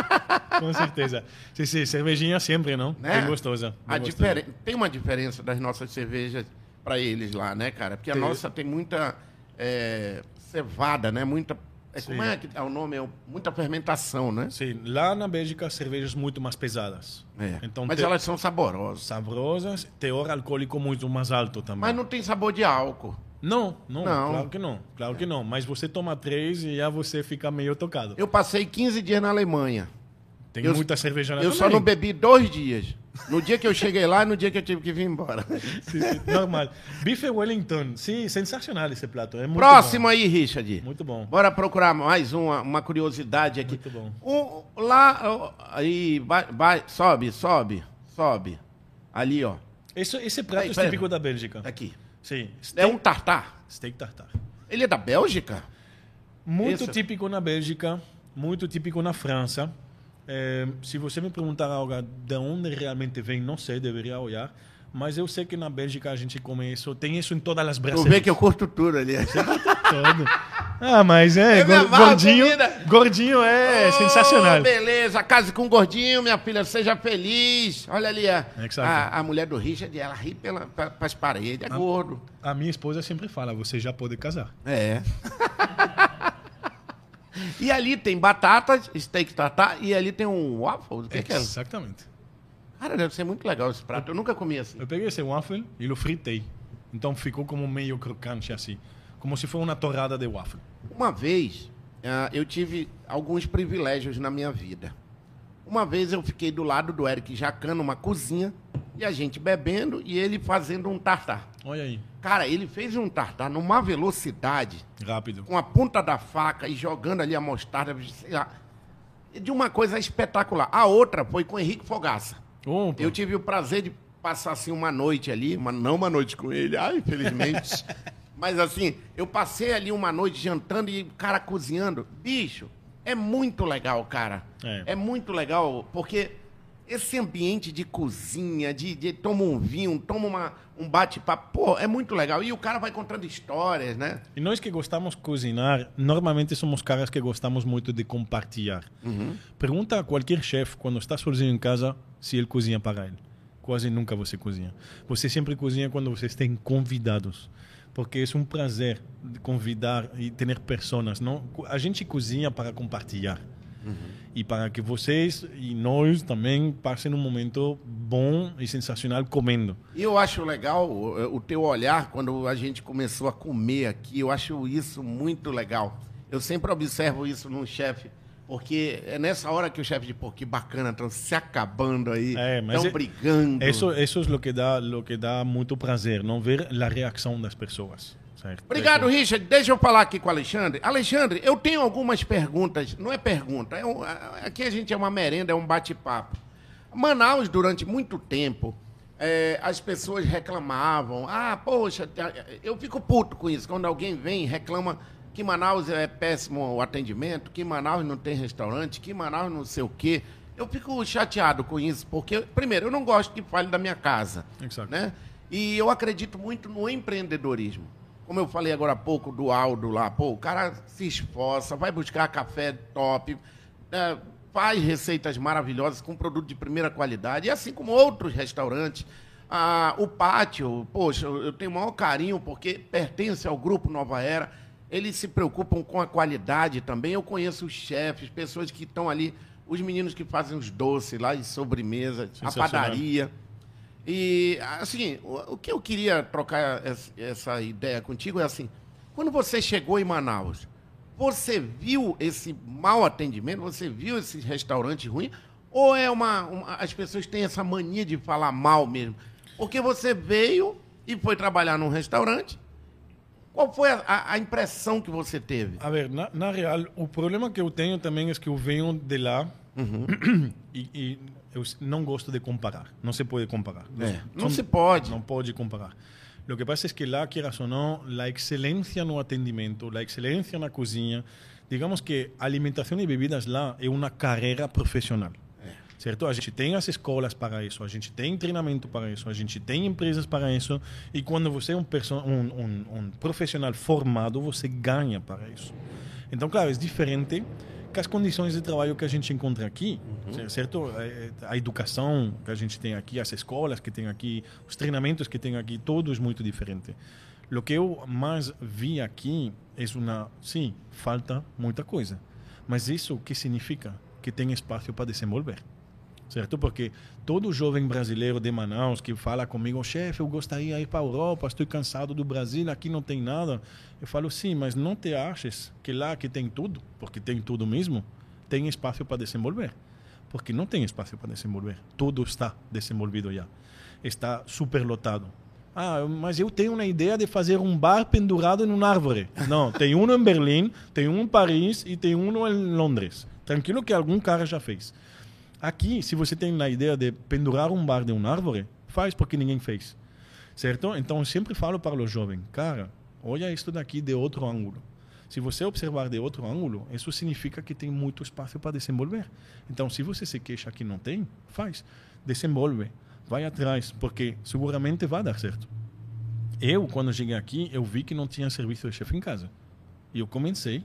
S2: Com certeza. Sim, sim, cervejinha sempre, não?
S1: Né?
S2: Bem gostosa. bem
S1: A
S2: gostosa.
S1: diferen- Tem uma diferença das nossas cervejas para eles lá, né, cara? Porque a
S2: Tem.
S1: nossa tem muita é, cevada, né? Muita. é, como
S2: Sim.
S1: é que é o nome? É o- muita fermentação, né?
S2: Sim, lá na Bélgica, cervejas muito mais pesadas.
S1: É.
S2: Então,
S1: Mas
S2: te-
S1: elas são saborosas.
S2: sabrosas, teor alcoólico muito mais alto também.
S1: Mas não tem sabor de álcool.
S2: Não, não,
S1: Não.
S2: claro que não. Claro que não. Mas você toma três e aí você fica meio tocado.
S1: Eu passei 15 dias na Alemanha.
S2: Tem
S1: eu-
S2: muita cerveja na
S1: eu só não
S2: também.
S1: bebi dois dias. No dia que eu cheguei lá e no dia que eu tive que vir embora.
S2: Sim, sim, Normal. Bife Wellington. Sim, sensacional esse prato. É muito
S1: Próximo aí, Richard.
S2: Bom. Muito bom.
S1: Bora procurar mais uma, uma curiosidade aqui.
S2: Muito bom.
S1: Um- lá, ó, aí, vai, vai, sobe, sobe, sobe. Ali, ó.
S2: Esse, esse prato
S1: Peraí,
S2: é
S1: peraí.
S2: típico da Bélgica.
S1: Aqui.
S2: Sim.
S1: É
S2: Steak,
S1: um tartar.
S2: steak tartar.
S1: Ele é da Bélgica?
S2: Muito
S1: Isso.
S2: típico na Bélgica, muito típico na França. É, se você me perguntar algo de onde realmente vem, não sei, deveria olhar. Mas eu sei que na Bélgica a gente come isso, tem isso em todas as
S1: Tu
S2: brasileiras.
S1: vê que eu curto tudo ali.
S2: Ah, mas é,
S1: Eu me
S2: gor-
S1: amarro
S2: gordinho,
S1: comida.
S2: gordinho é
S1: Ô,
S2: sensacional.
S1: Beleza, case com um gordinho, minha filha, seja feliz. Olha ali, a,
S2: É que sabe.
S1: a, a mulher do Richard, ela ri pela, pra, pras paredes, é gordo.
S2: A minha esposa sempre fala, você já pode casar.
S1: É. e ali tem batatas, steak tartar, e ali tem um waffle. O que, que é?
S2: Exatamente.
S1: Cara, deve ser muito legal esse prato. Eu nunca comi assim.
S2: Eu peguei esse waffle e eu fritei. Então ficou como meio crocante assim, como se fosse uma torrada de waffle.
S1: Uma vez, ah, eu tive alguns privilégios na minha vida. Uma vez eu fiquei do lado do Eric Jacan numa cozinha, e a gente bebendo e ele fazendo um tartar.
S2: Olha aí,
S1: Cara, ele fez um tartar numa velocidade,
S2: rápido.
S1: com a ponta da faca e jogando ali a mostarda, sei lá, de uma coisa espetacular. A outra foi com o Henrique Fogaça.
S2: Opa.
S1: Eu tive o prazer de passar assim uma noite ali, uma, não uma noite com ele, ai, infelizmente. Mas assim, eu passei ali uma noite jantando e o cara cozinhando. Bicho, é muito legal, cara.
S2: É.
S1: É, muito legal, porque esse ambiente de cozinha, de, de toma um vinho, toma uma, um bate-papo, pô, é muito legal. E o cara vai contando histórias, né?
S2: E nós que gostamos de cozinhar, normalmente somos caras que gostamos muito de compartilhar. Pergunta a qualquer chefe, quando está sozinho em casa, se ele cozinha para ele. Quase nunca você cozinha. Você sempre cozinha quando vocês têm convidados. Porque é um prazer de convidar e ter pessoas. Não? A gente cozinha para compartilhar. E para que vocês e nós também passem um momento bom e sensacional comendo.
S1: E eu acho legal eh, o, o teu olhar quando a gente começou a comer aqui. Eu acho isso muito legal. Eu sempre observo isso num chefe, porque é nessa hora que o chefe diz, pô, que bacana, estão se acabando aí,
S2: É, mas
S1: estão
S2: é-
S1: brigando.
S2: Isso, isso é o que dá, o que dá muito prazer, não ver a reação das pessoas. certo?
S1: Obrigado, Richard. Deixa eu falar aqui com o Alexandre. Alexandre, eu tenho algumas perguntas. Não é pergunta, é um- a- aqui a gente é uma merenda, é um bate-papo. Manaus, durante muito tempo, eh, as pessoas reclamavam. Ah, poxa, tá- eu fico puto com isso. Quando alguém vem e reclama que Manaus é péssimo o atendimento, que Manaus não tem restaurante, que Manaus não sei o quê. Eu fico chateado com isso, porque, primeiro, eu não gosto que fale da minha casa.
S2: Exato.
S1: Né? E eu acredito muito no empreendedorismo. Como eu falei agora há pouco do Aldo lá, pô, o cara se esforça, vai buscar café top, né, faz receitas maravilhosas com produto de primeira qualidade, e assim como outros restaurantes. Ah, o pátio, poxa, eu eu tenho o maior carinho porque pertence ao grupo Nova Era. Eles se preocupam com a qualidade também. Eu conheço os chefes, pessoas que estão ali, os meninos que fazem os doces lá, e sobremesas, a
S2: Sensacional.
S1: padaria. E, assim, o, o que eu queria trocar es- essa ideia contigo é assim: quando você chegou em Manaus, você viu esse mau atendimento, você viu esses restaurantes ruins, Ou é uma, uma- As pessoas têm essa mania de falar mal mesmo? Porque você veio e foi trabalhar num restaurante. Qual foi a- a, a impressão que você teve?
S2: A ver, na, na real, o problema que eu tenho também é que eu venho de lá
S1: Uhum.
S2: e, e eu s- não gosto de comparar. Não se pode comparar.
S1: É, não
S2: São-
S1: se pode.
S2: Não pode comparar. O que passa é que lá, queiras ou não, a excelência no atendimento, a excelência na cozinha, digamos que a alimentação e bebidas lá é uma carreira profissional. Certo? A gente tem as escolas para isso, a gente tem treinamento para isso, a gente tem empresas para isso, e quando você é um, perso- um, um, um profissional formado, você ganha para isso. Então, claro, é diferente que as condições de trabalho que a gente encontra aqui, cer- certo? É, é, A educação que a gente tem aqui, as escolas que tem aqui, os treinamentos que tem aqui, tudo é muito diferente. O que eu mais vi aqui é uma, sim, falta muita coisa. Mas isso o que significa? Que tem espaço para desenvolver certo? Porque todo jovem brasileiro de Manaus que fala comigo, chefe, eu gostaria de ir para a Europa, estou cansado do Brasil, aqui não tem nada. Eu falo, sim, mas não te achas que lá que tem tudo, porque tem tudo mesmo, tem espaço para desenvolver. Porque não tem espaço para desenvolver. Tudo está desenvolvido já. Está superlotado. Ah, mas eu tenho uma ideia de fazer um bar pendurado em uma árvore. Não, tem um em Berlim, tem um em Paris e tem um em Londres. Tranquilo que algum cara já fez. Aqui, se você tem a ideia de pendurar um bar de uma árvore, faz porque ninguém fez. Certo? Então, eu sempre falo para o jovem, cara, olha isso daqui de outro ângulo. Se você observar de outro ângulo, isso significa que tem muito espaço para desenvolver. Então, se você se queixa que não tem, faz. Desenvolve. Vai atrás, porque seguramente vai dar certo. Eu, quando cheguei aqui, eu vi que não tinha serviço de chefe em casa. E eu comecei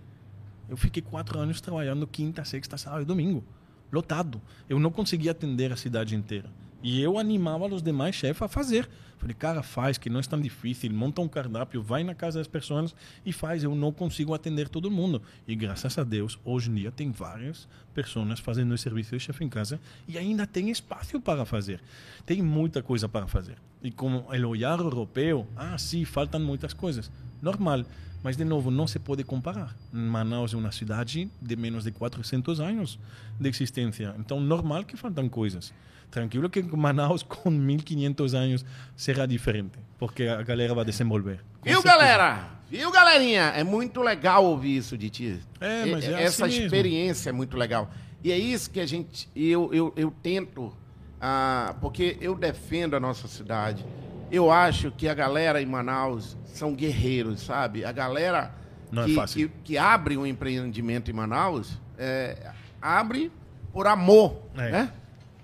S2: eu fiquei quatro anos trabalhando quinta, sexta, sábado e domingo, lotado. Eu não conseguia atender a cidade inteira. E eu animava os demais chefes a fazer. Falei, cara, faz, que não é tão difícil. Monta um cardápio, vai na casa das pessoas e faz. Eu não consigo atender todo mundo. E graças a Deus, hoje em dia tem várias pessoas fazendo esse serviço de chefe em casa e ainda tem espaço para fazer. Tem muita coisa para fazer. E como o olhar europeu, ah, sim, faltam muitas coisas. Normal. Mas, de novo, não se pode comparar. Manaus é uma cidade de menos de 400 anos de existência. Então, normal que faltam coisas. Tranquilo que Manaus, com 1.500 anos, será diferente, porque a galera vai desenvolver. Com
S1: Viu,
S2: certeza.
S1: galera? Viu, galerinha? É muito legal ouvir isso de ti.
S2: É,
S1: E-
S2: mas é
S1: Essa
S2: assim mesmo.
S1: experiência é muito legal. E é isso que a gente... Eu, eu, eu tento... ah, porque eu defendo a nossa cidade. Eu acho que a galera em Manaus são guerreiros, sabe? A galera
S2: Não é
S1: que,
S2: fácil.
S1: que- que abre um empreendimento em Manaus, é, abre por amor,
S2: É.
S1: né?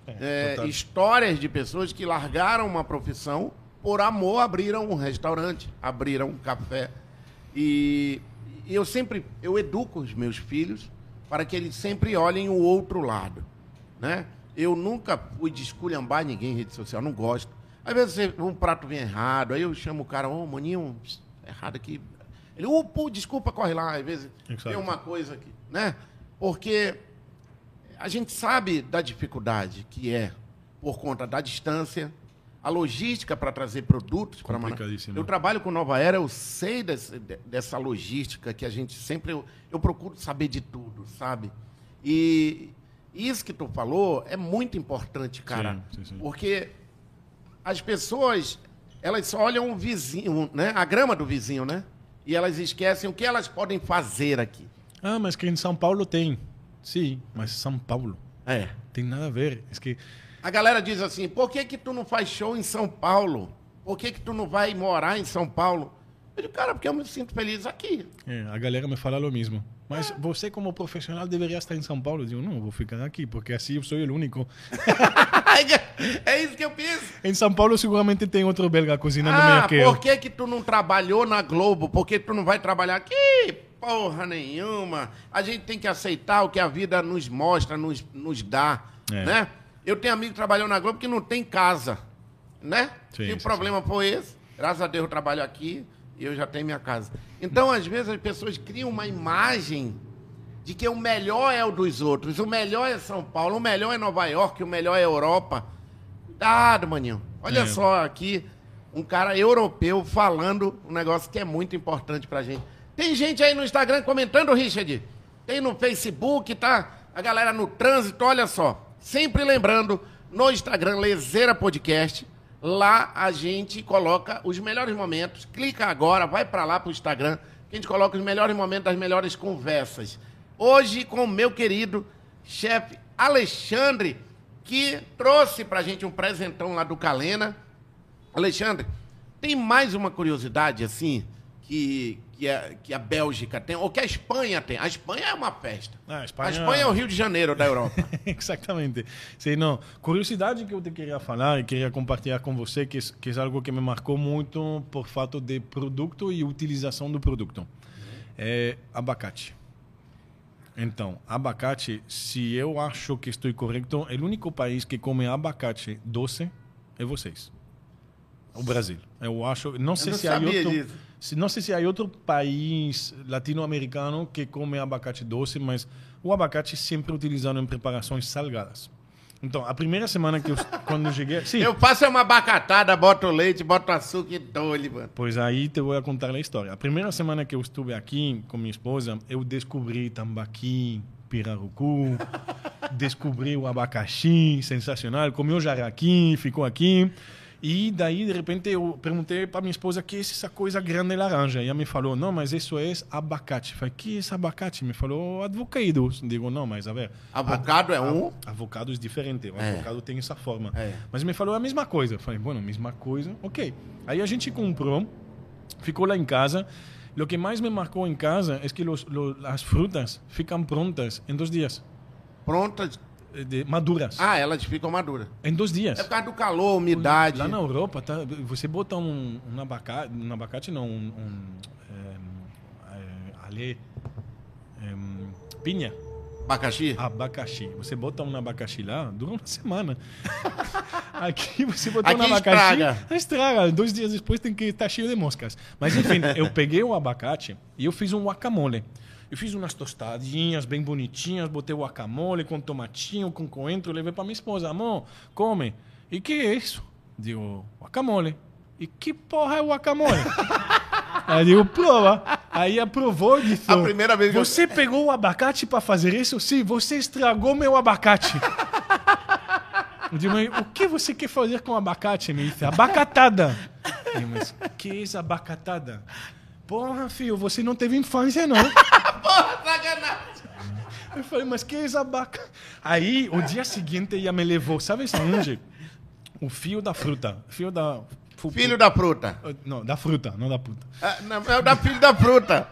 S1: É,
S2: É, total.
S1: histórias de pessoas que largaram uma profissão por amor, abriram um restaurante, abriram um café. E eu sempre eu educo os meus filhos para que eles sempre olhem o outro lado, né? Eu nunca fui de esculhambar ninguém em rede social, não gosto. Às vezes você- um prato vem errado, aí eu chamo o cara, ô maninho, pss, tá errado aqui. Ele, ô, pô, desculpa, corre lá. Às vezes
S2: Exato.
S1: tem uma coisa aqui, né? Porque a gente sabe da dificuldade que é por conta da distância, a logística para trazer produtos para Manaus.
S2: Complicadíssimo.
S1: Eu trabalho com Nova Era, eu sei desse- de- dessa logística que a gente sempre. Eu, eu procuro saber de tudo, sabe? E isso que tu falou é muito importante, cara.
S2: Sim, sim, sim.
S1: Porque as pessoas, elas só olham o vizinho, né? A grama do vizinho, né? E elas esquecem o que elas podem fazer aqui.
S2: Ah, mas que em São Paulo tem. Sim, mas São Paulo
S1: É.
S2: tem nada a ver. É que
S1: A galera diz assim: por que, que tu não faz show em São Paulo? Por que, que tu não vai morar em São Paulo? Eu digo, cara, porque eu me sinto feliz aqui.
S2: É, a galera me fala o mesmo. Mas você, como profissional, deveria estar em São Paulo. Eu digo, não, eu vou ficar aqui, porque assim eu sou o único.
S1: é isso que eu penso.
S2: Em São Paulo, seguramente tem outro belga cozinhando
S1: Ah,
S2: meio que eu.
S1: por que, que tu não trabalhou na Globo? Por que tu não vai trabalhar aqui? Porra nenhuma. A gente tem que aceitar o que a vida nos mostra, nos, nos dá,
S2: É.
S1: né? Eu tenho amigo que trabalhou na Globo que não tem casa, né?
S2: Sim,
S1: Se o
S2: sim,
S1: problema foi esse, graças a Deus eu trabalho aqui e eu já tenho minha casa. Então, às vezes, as pessoas criam uma imagem de que o melhor é o dos outros, o melhor é São Paulo, o melhor é Nova York, o melhor é Europa. Cuidado, maninho. Olha
S2: É.
S1: só aqui, um cara europeu falando um negócio que é muito importante pra gente. Tem gente aí no Instagram comentando, Richard. Tem no Facebook, tá? A galera no trânsito, olha só. Sempre lembrando, no Instagram Lezeira Podcast, lá a gente coloca os melhores momentos. Clica agora, vai para lá pro Instagram, que a gente coloca os melhores momentos das melhores conversas. Hoje com o meu querido chefe Alexandre, que trouxe pra gente um presentão lá do Calena. Alexandre, tem mais uma curiosidade assim que, que, a, que a Bélgica tem, ou que a Espanha tem. A Espanha é uma festa.
S2: Ah, a
S1: a, Espanha...
S2: Espanha-
S1: é o Rio de Janeiro da Europa.
S2: Exatamente. Sim, não. Curiosidade que eu te queria falar e queria compartilhar com você, que, é- que é algo que me marcou muito por fato de produto e utilização do produto.
S1: Uhum.
S2: É abacate. Então, abacate, se eu acho que estou correto, é o único país que come abacate doce é vocês. O Brasil. Eu acho, não sei
S1: não
S2: se há
S1: sabia
S2: outro,
S1: disso.
S2: se- não sei se há outro país latino-americano que come abacate doce, mas o abacate é sempre utilizado em preparações salgadas. Então, a primeira semana que eu quando eu cheguei, sim.
S1: Eu faço é uma abacatada, boto leite, boto açúcar e dou-lhe, mano.
S2: Pois aí te vou contar a história. A primeira semana que eu estive aqui com minha esposa, eu descobri tambaqui, pirarucu, descobri o abacaxi, sensacional, comi o jaraqui, ficou aqui. E daí, de repente, eu perguntei para minha esposa que é essa coisa grande laranja. E ela me falou, não, mas isso é abacate. Eu falei, que é esse abacate? Me falou, advocados. Digo, não, mas a ver,
S1: Avocado é um.
S2: Avocado é diferente. O
S1: É.
S2: avocado tem essa forma.
S1: É.
S2: Mas me falou a mesma coisa. Eu Falei, bueno, mesma coisa, ok. Aí a gente comprou, ficou lá em casa. O que mais me marcou em casa é que los, lo- as frutas ficam prontas em dois dias.
S1: Prontas.
S2: Eh, de- maduras.
S1: Ah, elas ficam maduras.
S2: Em dois dias.
S1: É por causa do calor, umidade.
S2: Lá na Europa, tá, você bota um, um abacate, um abacate não, um, um, eh, eh, alê, eh, pinha.
S1: Abacaxi?
S2: Ah. Abacaxi. Você bota um abacaxi lá, dura uma semana. Aqui você botou
S1: Aqui
S2: um abacaxi.
S1: estraga.
S2: Estraga. Dois dias depois tem que estar cheio de moscas. Mas enfim, eu peguei o abacate e eu fiz um guacamole. Eu fiz umas tostadinhas bem bonitinhas, botei o guacamole com tomatinho, com coentro, levei para minha esposa. Amor, come. E que é isso? Digo, guacamole. E que porra é o guacamole? Aí eu digo, prova. Aí aprovou e disse,
S1: A primeira vez que eu-
S2: Você pegou o abacate para fazer isso? Sim, você estragou meu abacate. Eu digo, mas o que você quer fazer com abacate, Melissa? Abacatada. Eu, mas que é essa abacatada? Porra, filho, você não teve infância, não.
S1: Porra, sacanagem!
S2: Eu falei, mas que é essa abaca... Aí, o dia seguinte, ela me levou, sabe onde? O fio da fruta. Fio da...
S1: Filho da fruta.
S2: Não, da fruta, não da puta.
S1: Ah, não, é o da filho da fruta.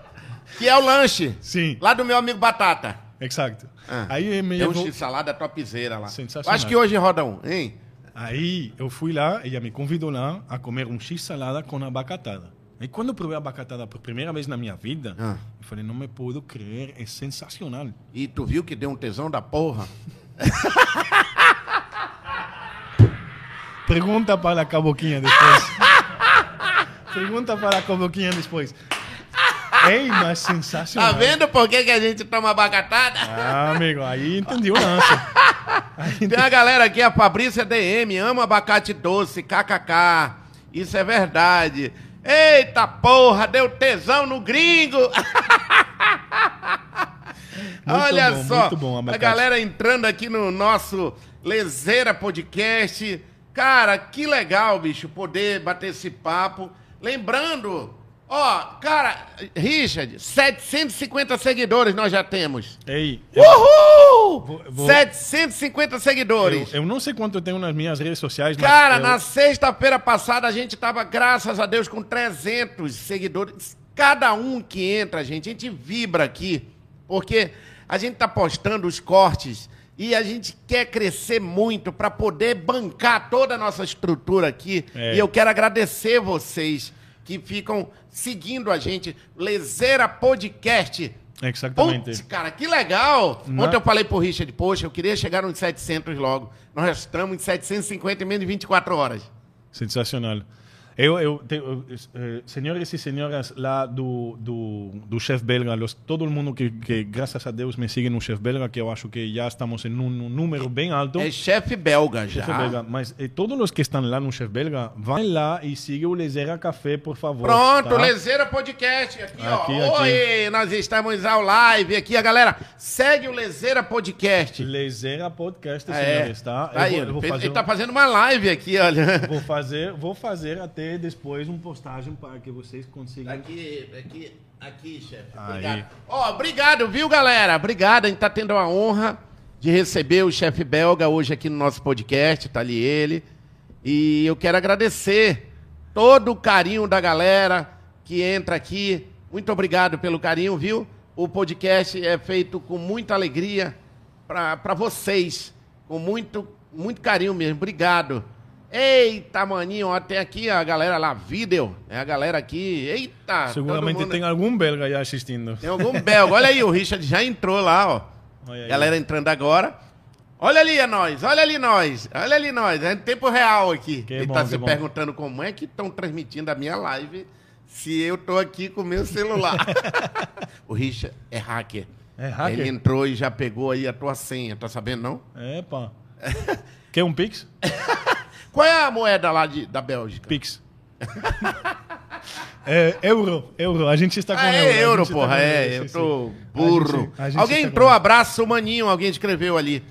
S1: Que é o lanche.
S2: Sim.
S1: Lá do meu amigo Batata.
S2: Exato.
S1: Ah,
S2: Aí ele me
S1: Tem um
S2: levou...
S1: x-salada topzera lá.
S2: Sensacional.
S1: Acho que hoje roda um, hein?
S2: Aí eu fui lá, ela me convidou lá a comer um x-salada com abacatada. E quando eu provei a abacatada por primeira vez na minha vida,
S1: Ah.
S2: eu falei, não me puedo crer, é sensacional.
S1: E tu viu que deu um tesão da porra?
S2: Pergunta para a caboquinha depois. Pergunta para a caboquinha depois. Ei, mas sensacional.
S1: Tá vendo por que, que a gente toma abacatada?
S2: Ah, amigo, aí entendi o lance.
S1: Tem a galera aqui, a Fabrícia DM, ama abacate doce, kkk. Isso é verdade. Eita porra, deu tesão no gringo. Olha
S2: bom,
S1: só,
S2: muito bom,
S1: a
S2: abacate.
S1: galera entrando aqui no nosso Lezeira Podcast. Cara, que legal, bicho, poder bater esse papo. Lembrando, ó, cara, Richard, 750 seguidores nós já temos.
S2: Ei, eu,
S1: Uhul!
S2: Vou- vou-
S1: 750 seguidores.
S2: eu não sei quanto eu tenho nas minhas redes sociais, mas
S1: Cara,
S2: eu-
S1: na sexta-feira passada a gente tava, graças a Deus, com 300 seguidores. Cada um que entra, gente, a gente vibra aqui, porque a gente tá postando os cortes e a gente quer crescer muito para poder bancar toda a nossa estrutura aqui.
S2: É.
S1: E eu quero agradecer vocês que ficam seguindo a gente. Lezeira Podcast.
S2: Exatamente.
S1: Putz, cara, que legal!
S2: Na-
S1: Ontem eu falei pro Richard, poxa, eu queria chegar nos 700 logo. Nós estamos em 750 em menos de 24 horas.
S2: Sensacional. Eu, eu, te- eu, eh, senhores e senhoras lá do, do, do chefe belga, los, todo mundo que, que, graças a Deus, me sigue no chefe belga, que eu acho que já estamos em um, um número bem alto.
S1: É chefe belga já.
S2: Chefe belga, mas eh, todos os que estão lá no chefe belga, vão lá e sigam o Lezeira Café, por favor.
S1: Pronto,
S2: tá?
S1: Lezeira Podcast aqui,
S2: Aqui,
S1: ó.
S2: aqui.
S1: Oi, nós estamos ao live aqui, a galera. Segue o Lezeira Podcast.
S2: Lezeira Podcast,
S1: É,
S2: senhores, tá?
S1: Tá aí,
S2: eu vou, eu vou
S1: ele
S2: fazer,
S1: tá fazendo uma live aqui, olha.
S2: vou fazer, vou fazer até depois uma postagem para que vocês consigam
S1: Aqui, aqui, aqui, chefe.
S2: Aí.
S1: Obrigado. Ó, obrigado, viu, galera? Obrigado. A gente tá tendo a honra de receber o chefe belga hoje aqui no nosso podcast. Tá ali ele. E eu quero agradecer todo o carinho da galera que entra aqui. Muito obrigado pelo carinho, viu? O podcast é feito com muita alegria para vocês. Com muito, muito carinho mesmo. Obrigado. Eita, maninho, até aqui a galera lá, vídeo. É a galera aqui. Eita,
S2: Seguramente
S1: todo mundo-
S2: tem algum belga já assistindo.
S1: tem algum belga. Olha aí, o Richard já entrou lá, ó.
S2: Olha aí.
S1: Galera entrando agora. Olha ali é nós, olha ali nós, olha ali nós. É em tempo real aqui.
S2: Que
S1: Ele
S2: bom,
S1: tá
S2: que
S1: se
S2: bom.
S1: perguntando como é que estão transmitindo a minha live se eu tô aqui com o meu celular. o Richard é hacker.
S2: É hacker?
S1: Ele entrou e já pegou aí a tua senha, tá sabendo não?
S2: Epa. É, Quer um Pix?
S1: Qual é a moeda lá de, da Bélgica?
S2: Pix. É, euro, euro. A gente está com
S1: Ah, é
S2: a
S1: euro,
S2: gente
S1: porra,
S2: tá com
S1: é,
S2: euro,
S1: eu
S2: sim,
S1: tô
S2: sim. A
S1: burro.
S2: gente- a gente
S1: alguém
S2: tá com
S1: entrou,
S2: euro.
S1: abraço maninho, alguém escreveu ali.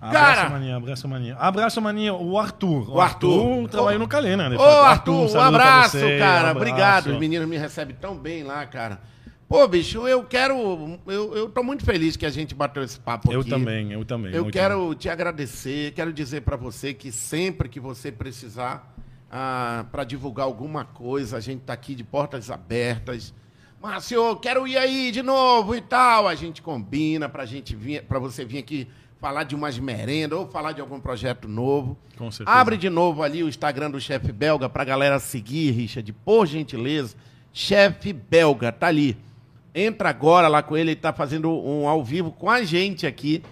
S2: Abraço,
S1: Cara,
S2: mania, abraço, mania. Abraço, mania. O Arthur.
S1: O Arthur.
S2: trabalhou no Calena. de
S1: ô
S2: fato.
S1: Arthur, um
S2: saludo pra
S1: abraço,
S2: você, um
S1: cara,
S2: abraço.
S1: obrigado, os meninos me recebem tão bem lá, cara. Pô, bicho, eu quero, eu, eu tô muito feliz que a gente bateu esse papo
S2: Eu
S1: aqui.
S2: também, eu também.
S1: um Eu
S2: muito
S1: quero te agradecer, quero dizer pra você que sempre que você precisar ah, pra divulgar alguma coisa, a gente tá aqui de portas abertas. Márcio, quero ir aí de novo e tal. A gente combina pra gente vir, para você vir aqui falar de umas merendas ou falar de algum projeto novo.
S2: Com certeza.
S1: Abre de novo ali o Instagram do chefe belga pra galera seguir, Richard, por gentileza. Chefe belga, tá ali. Entra agora lá com ele, ele tá fazendo um ao vivo com a gente aqui.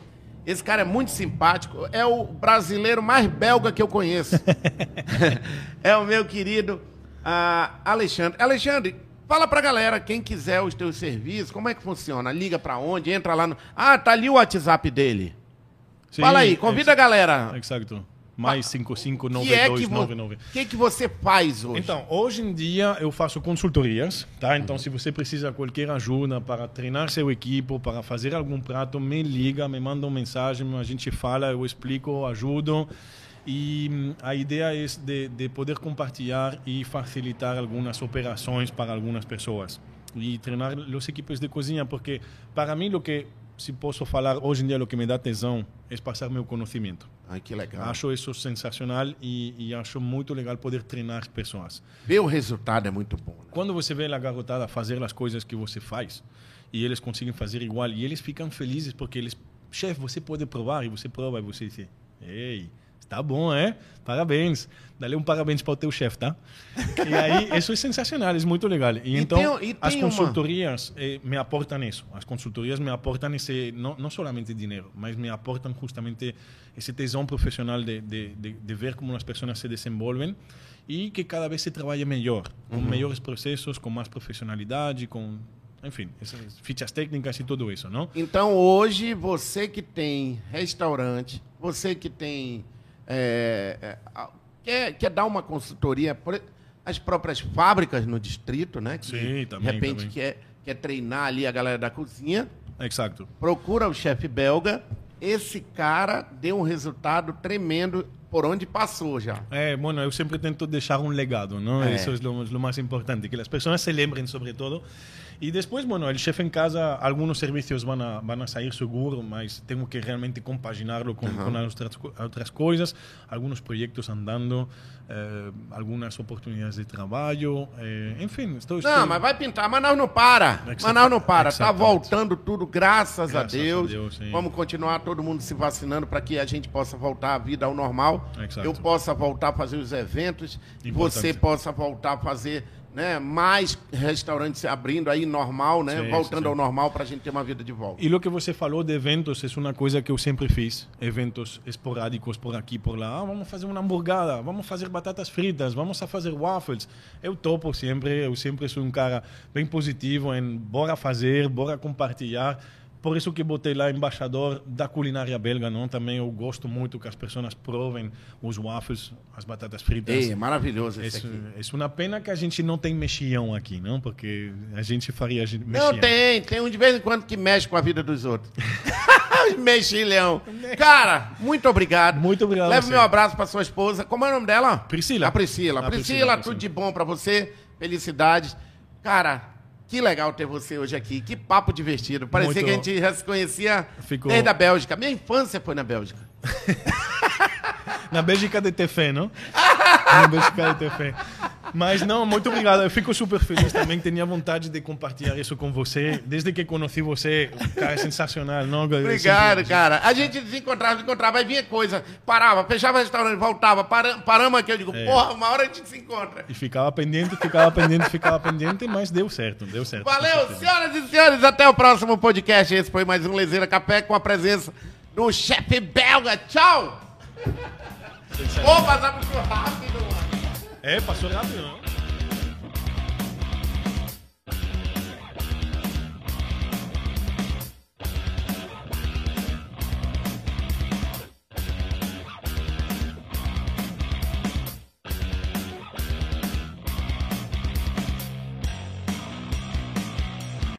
S1: Esse cara é muito simpático, é o brasileiro mais belga que eu conheço. é o meu querido ah, Alexandre. Alexandre, fala pra galera, quem quiser os teus serviços, como é que funciona? Liga pra onde? Entra lá no. Ah, tá ali o WhatsApp dele.
S2: Sim, é
S1: fala aí, convida a galera.
S2: ex- Exato. Mais Tipo,
S1: Que é que, vo...
S2: 559299.
S1: que que você faz hoje?
S2: Então, hoje em dia eu faço consultorias, tá? Então, se você precisa de qualquer ajuda para treinar seu equipo, para fazer algum prato, me liga, me manda uma mensagem, a gente fala, eu explico, ajudo. E hum, a ideia é de, de poder compartilhar e facilitar algumas operações para algumas pessoas e treinar os equipes de cozinha, porque para mim o que se posso falar hoje em dia o que me dá tesão é passar meu conhecimento.
S1: Ai, que legal.
S2: Acho isso sensacional e, e acho muito legal poder treinar pessoas.
S1: Ver o resultado é muito bom. né?
S2: Quando você vê a garotada fazer as coisas que você faz e eles conseguem fazer igual e eles ficam felizes porque eles, chefe, você pode provar e você prova e você diz, ei, está bom, é? Parabéns. Dá-lhe um parabéns para o teu chefe, tá? E aí, isso é sensacional, é muito legal.
S1: E
S2: E, então,
S1: tem- e
S2: as
S1: tem uma-
S2: consultorias eh, me aportam isso. As consultorias me aportam esse, não, não somente dinheiro, mas me aportam justamente esse tesão profissional de, de, de, de ver como as pessoas se desenvolvem e que cada vez se trabalha melhor, com melhores processos, com mais profissionalidade, com, enfim, essas fichas técnicas e tudo isso, não?
S1: Então, hoje, você que tem restaurante, você que tem. é, é, a- quer, quer dar uma consultoria as próprias fábricas no distrito, né? Que,
S2: Sim, também,
S1: De repente
S2: também.
S1: Quer, quer treinar ali a galera da cozinha.
S2: Exato.
S1: procura o chefe belga. Esse cara deu um resultado tremendo por onde passou já.
S2: É, Eh, bueno, eu sempre tento deixar um legado, não?
S1: É.
S2: Isso é o, o mais importante, que as pessoas se lembrem sobre todo. E depois, bueno, o chefe em casa, alguns serviços vão a, vão a sair seguro, mas tenho que realmente compaginá-lo com, com as outras, co- outras coisas, alguns projetos andando, eh, algumas oportunidades de trabalho, eh, enfim, estou, estou
S1: Não, mas vai pintar. Manaus não para.
S2: Exatamente.
S1: Manaus não para. Tá
S2: Exatamente.
S1: voltando tudo, graças,
S2: Graças
S1: a
S2: a
S1: Deus.
S2: Deus, sim.
S1: Vamos continuar todo mundo se vacinando para que a gente possa voltar à vida ao normal.
S2: É, Exato.
S1: Eu possa voltar a fazer os eventos.
S2: Importante.
S1: Você possa voltar a fazer né? Mais restaurantes se abrindo aí normal, né?
S2: Sim,
S1: Voltando
S2: sim.
S1: ao normal para a gente ter uma vida de volta.
S2: E o que você falou de eventos é uma coisa que eu sempre fiz. Eventos esporádicos por aqui, por lá. Ah, vamos fazer uma hamburgada, vamos fazer batatas fritas, vamos a fazer waffles. Eu topo sempre, eu sempre sou um cara bem positivo em bora fazer, bora compartilhar. Por isso que botei lá embaixador da culinária belga, não? Também eu gosto muito que as pessoas provem os waffles, as batatas fritas.
S1: Ei, maravilhoso esse
S2: Isso,
S1: aqui.
S2: isso é uma pena que a gente não tem mexião aqui, não? Porque a gente faria ge- mexião.
S1: Não tem, tem um de vez em quando que mexe com a vida dos outros. Os Mexilhão. Cara, muito obrigado.
S2: Muito obrigado a
S1: Leva
S2: você.
S1: meu abraço pra sua esposa. Como é o nome dela?
S2: Priscila.
S1: A Priscila.
S2: A
S1: Priscila,
S2: Priscila,
S1: tudo
S2: Priscila.
S1: de bom pra você. Felicidades. Cara, que legal ter você hoje aqui. Que papo divertido. Parecia
S2: Muito.
S1: que a gente já se conhecia
S2: Ficou-
S1: desde a Bélgica. Minha infância foi na Bélgica.
S2: Na Bélgica de Tefé, não? Na Bélgica de Tefé. Mas não, muito obrigado. Eu fico super feliz também. Tinha vontade de compartilhar isso com você. Desde que conheci você, cara, é sensacional. Não?
S1: Obrigado, cara. A gente se encontrava, se encontrava, aí vinha coisa. Parava, fechava restaurante, voltava, para- paramos aqui. Eu digo,
S2: É.
S1: porra, uma hora a gente se encontra.
S2: E ficava pendente, ficava pendente, ficava pendente, mas deu certo, deu certo.
S1: Valeu, senhoras e senhores. Até o próximo podcast. Esse foi mais um Lezeira Café com a presença do chefe belga. Tchau! Ô, passar muito rápido, mano.
S2: É, passou rápido, não?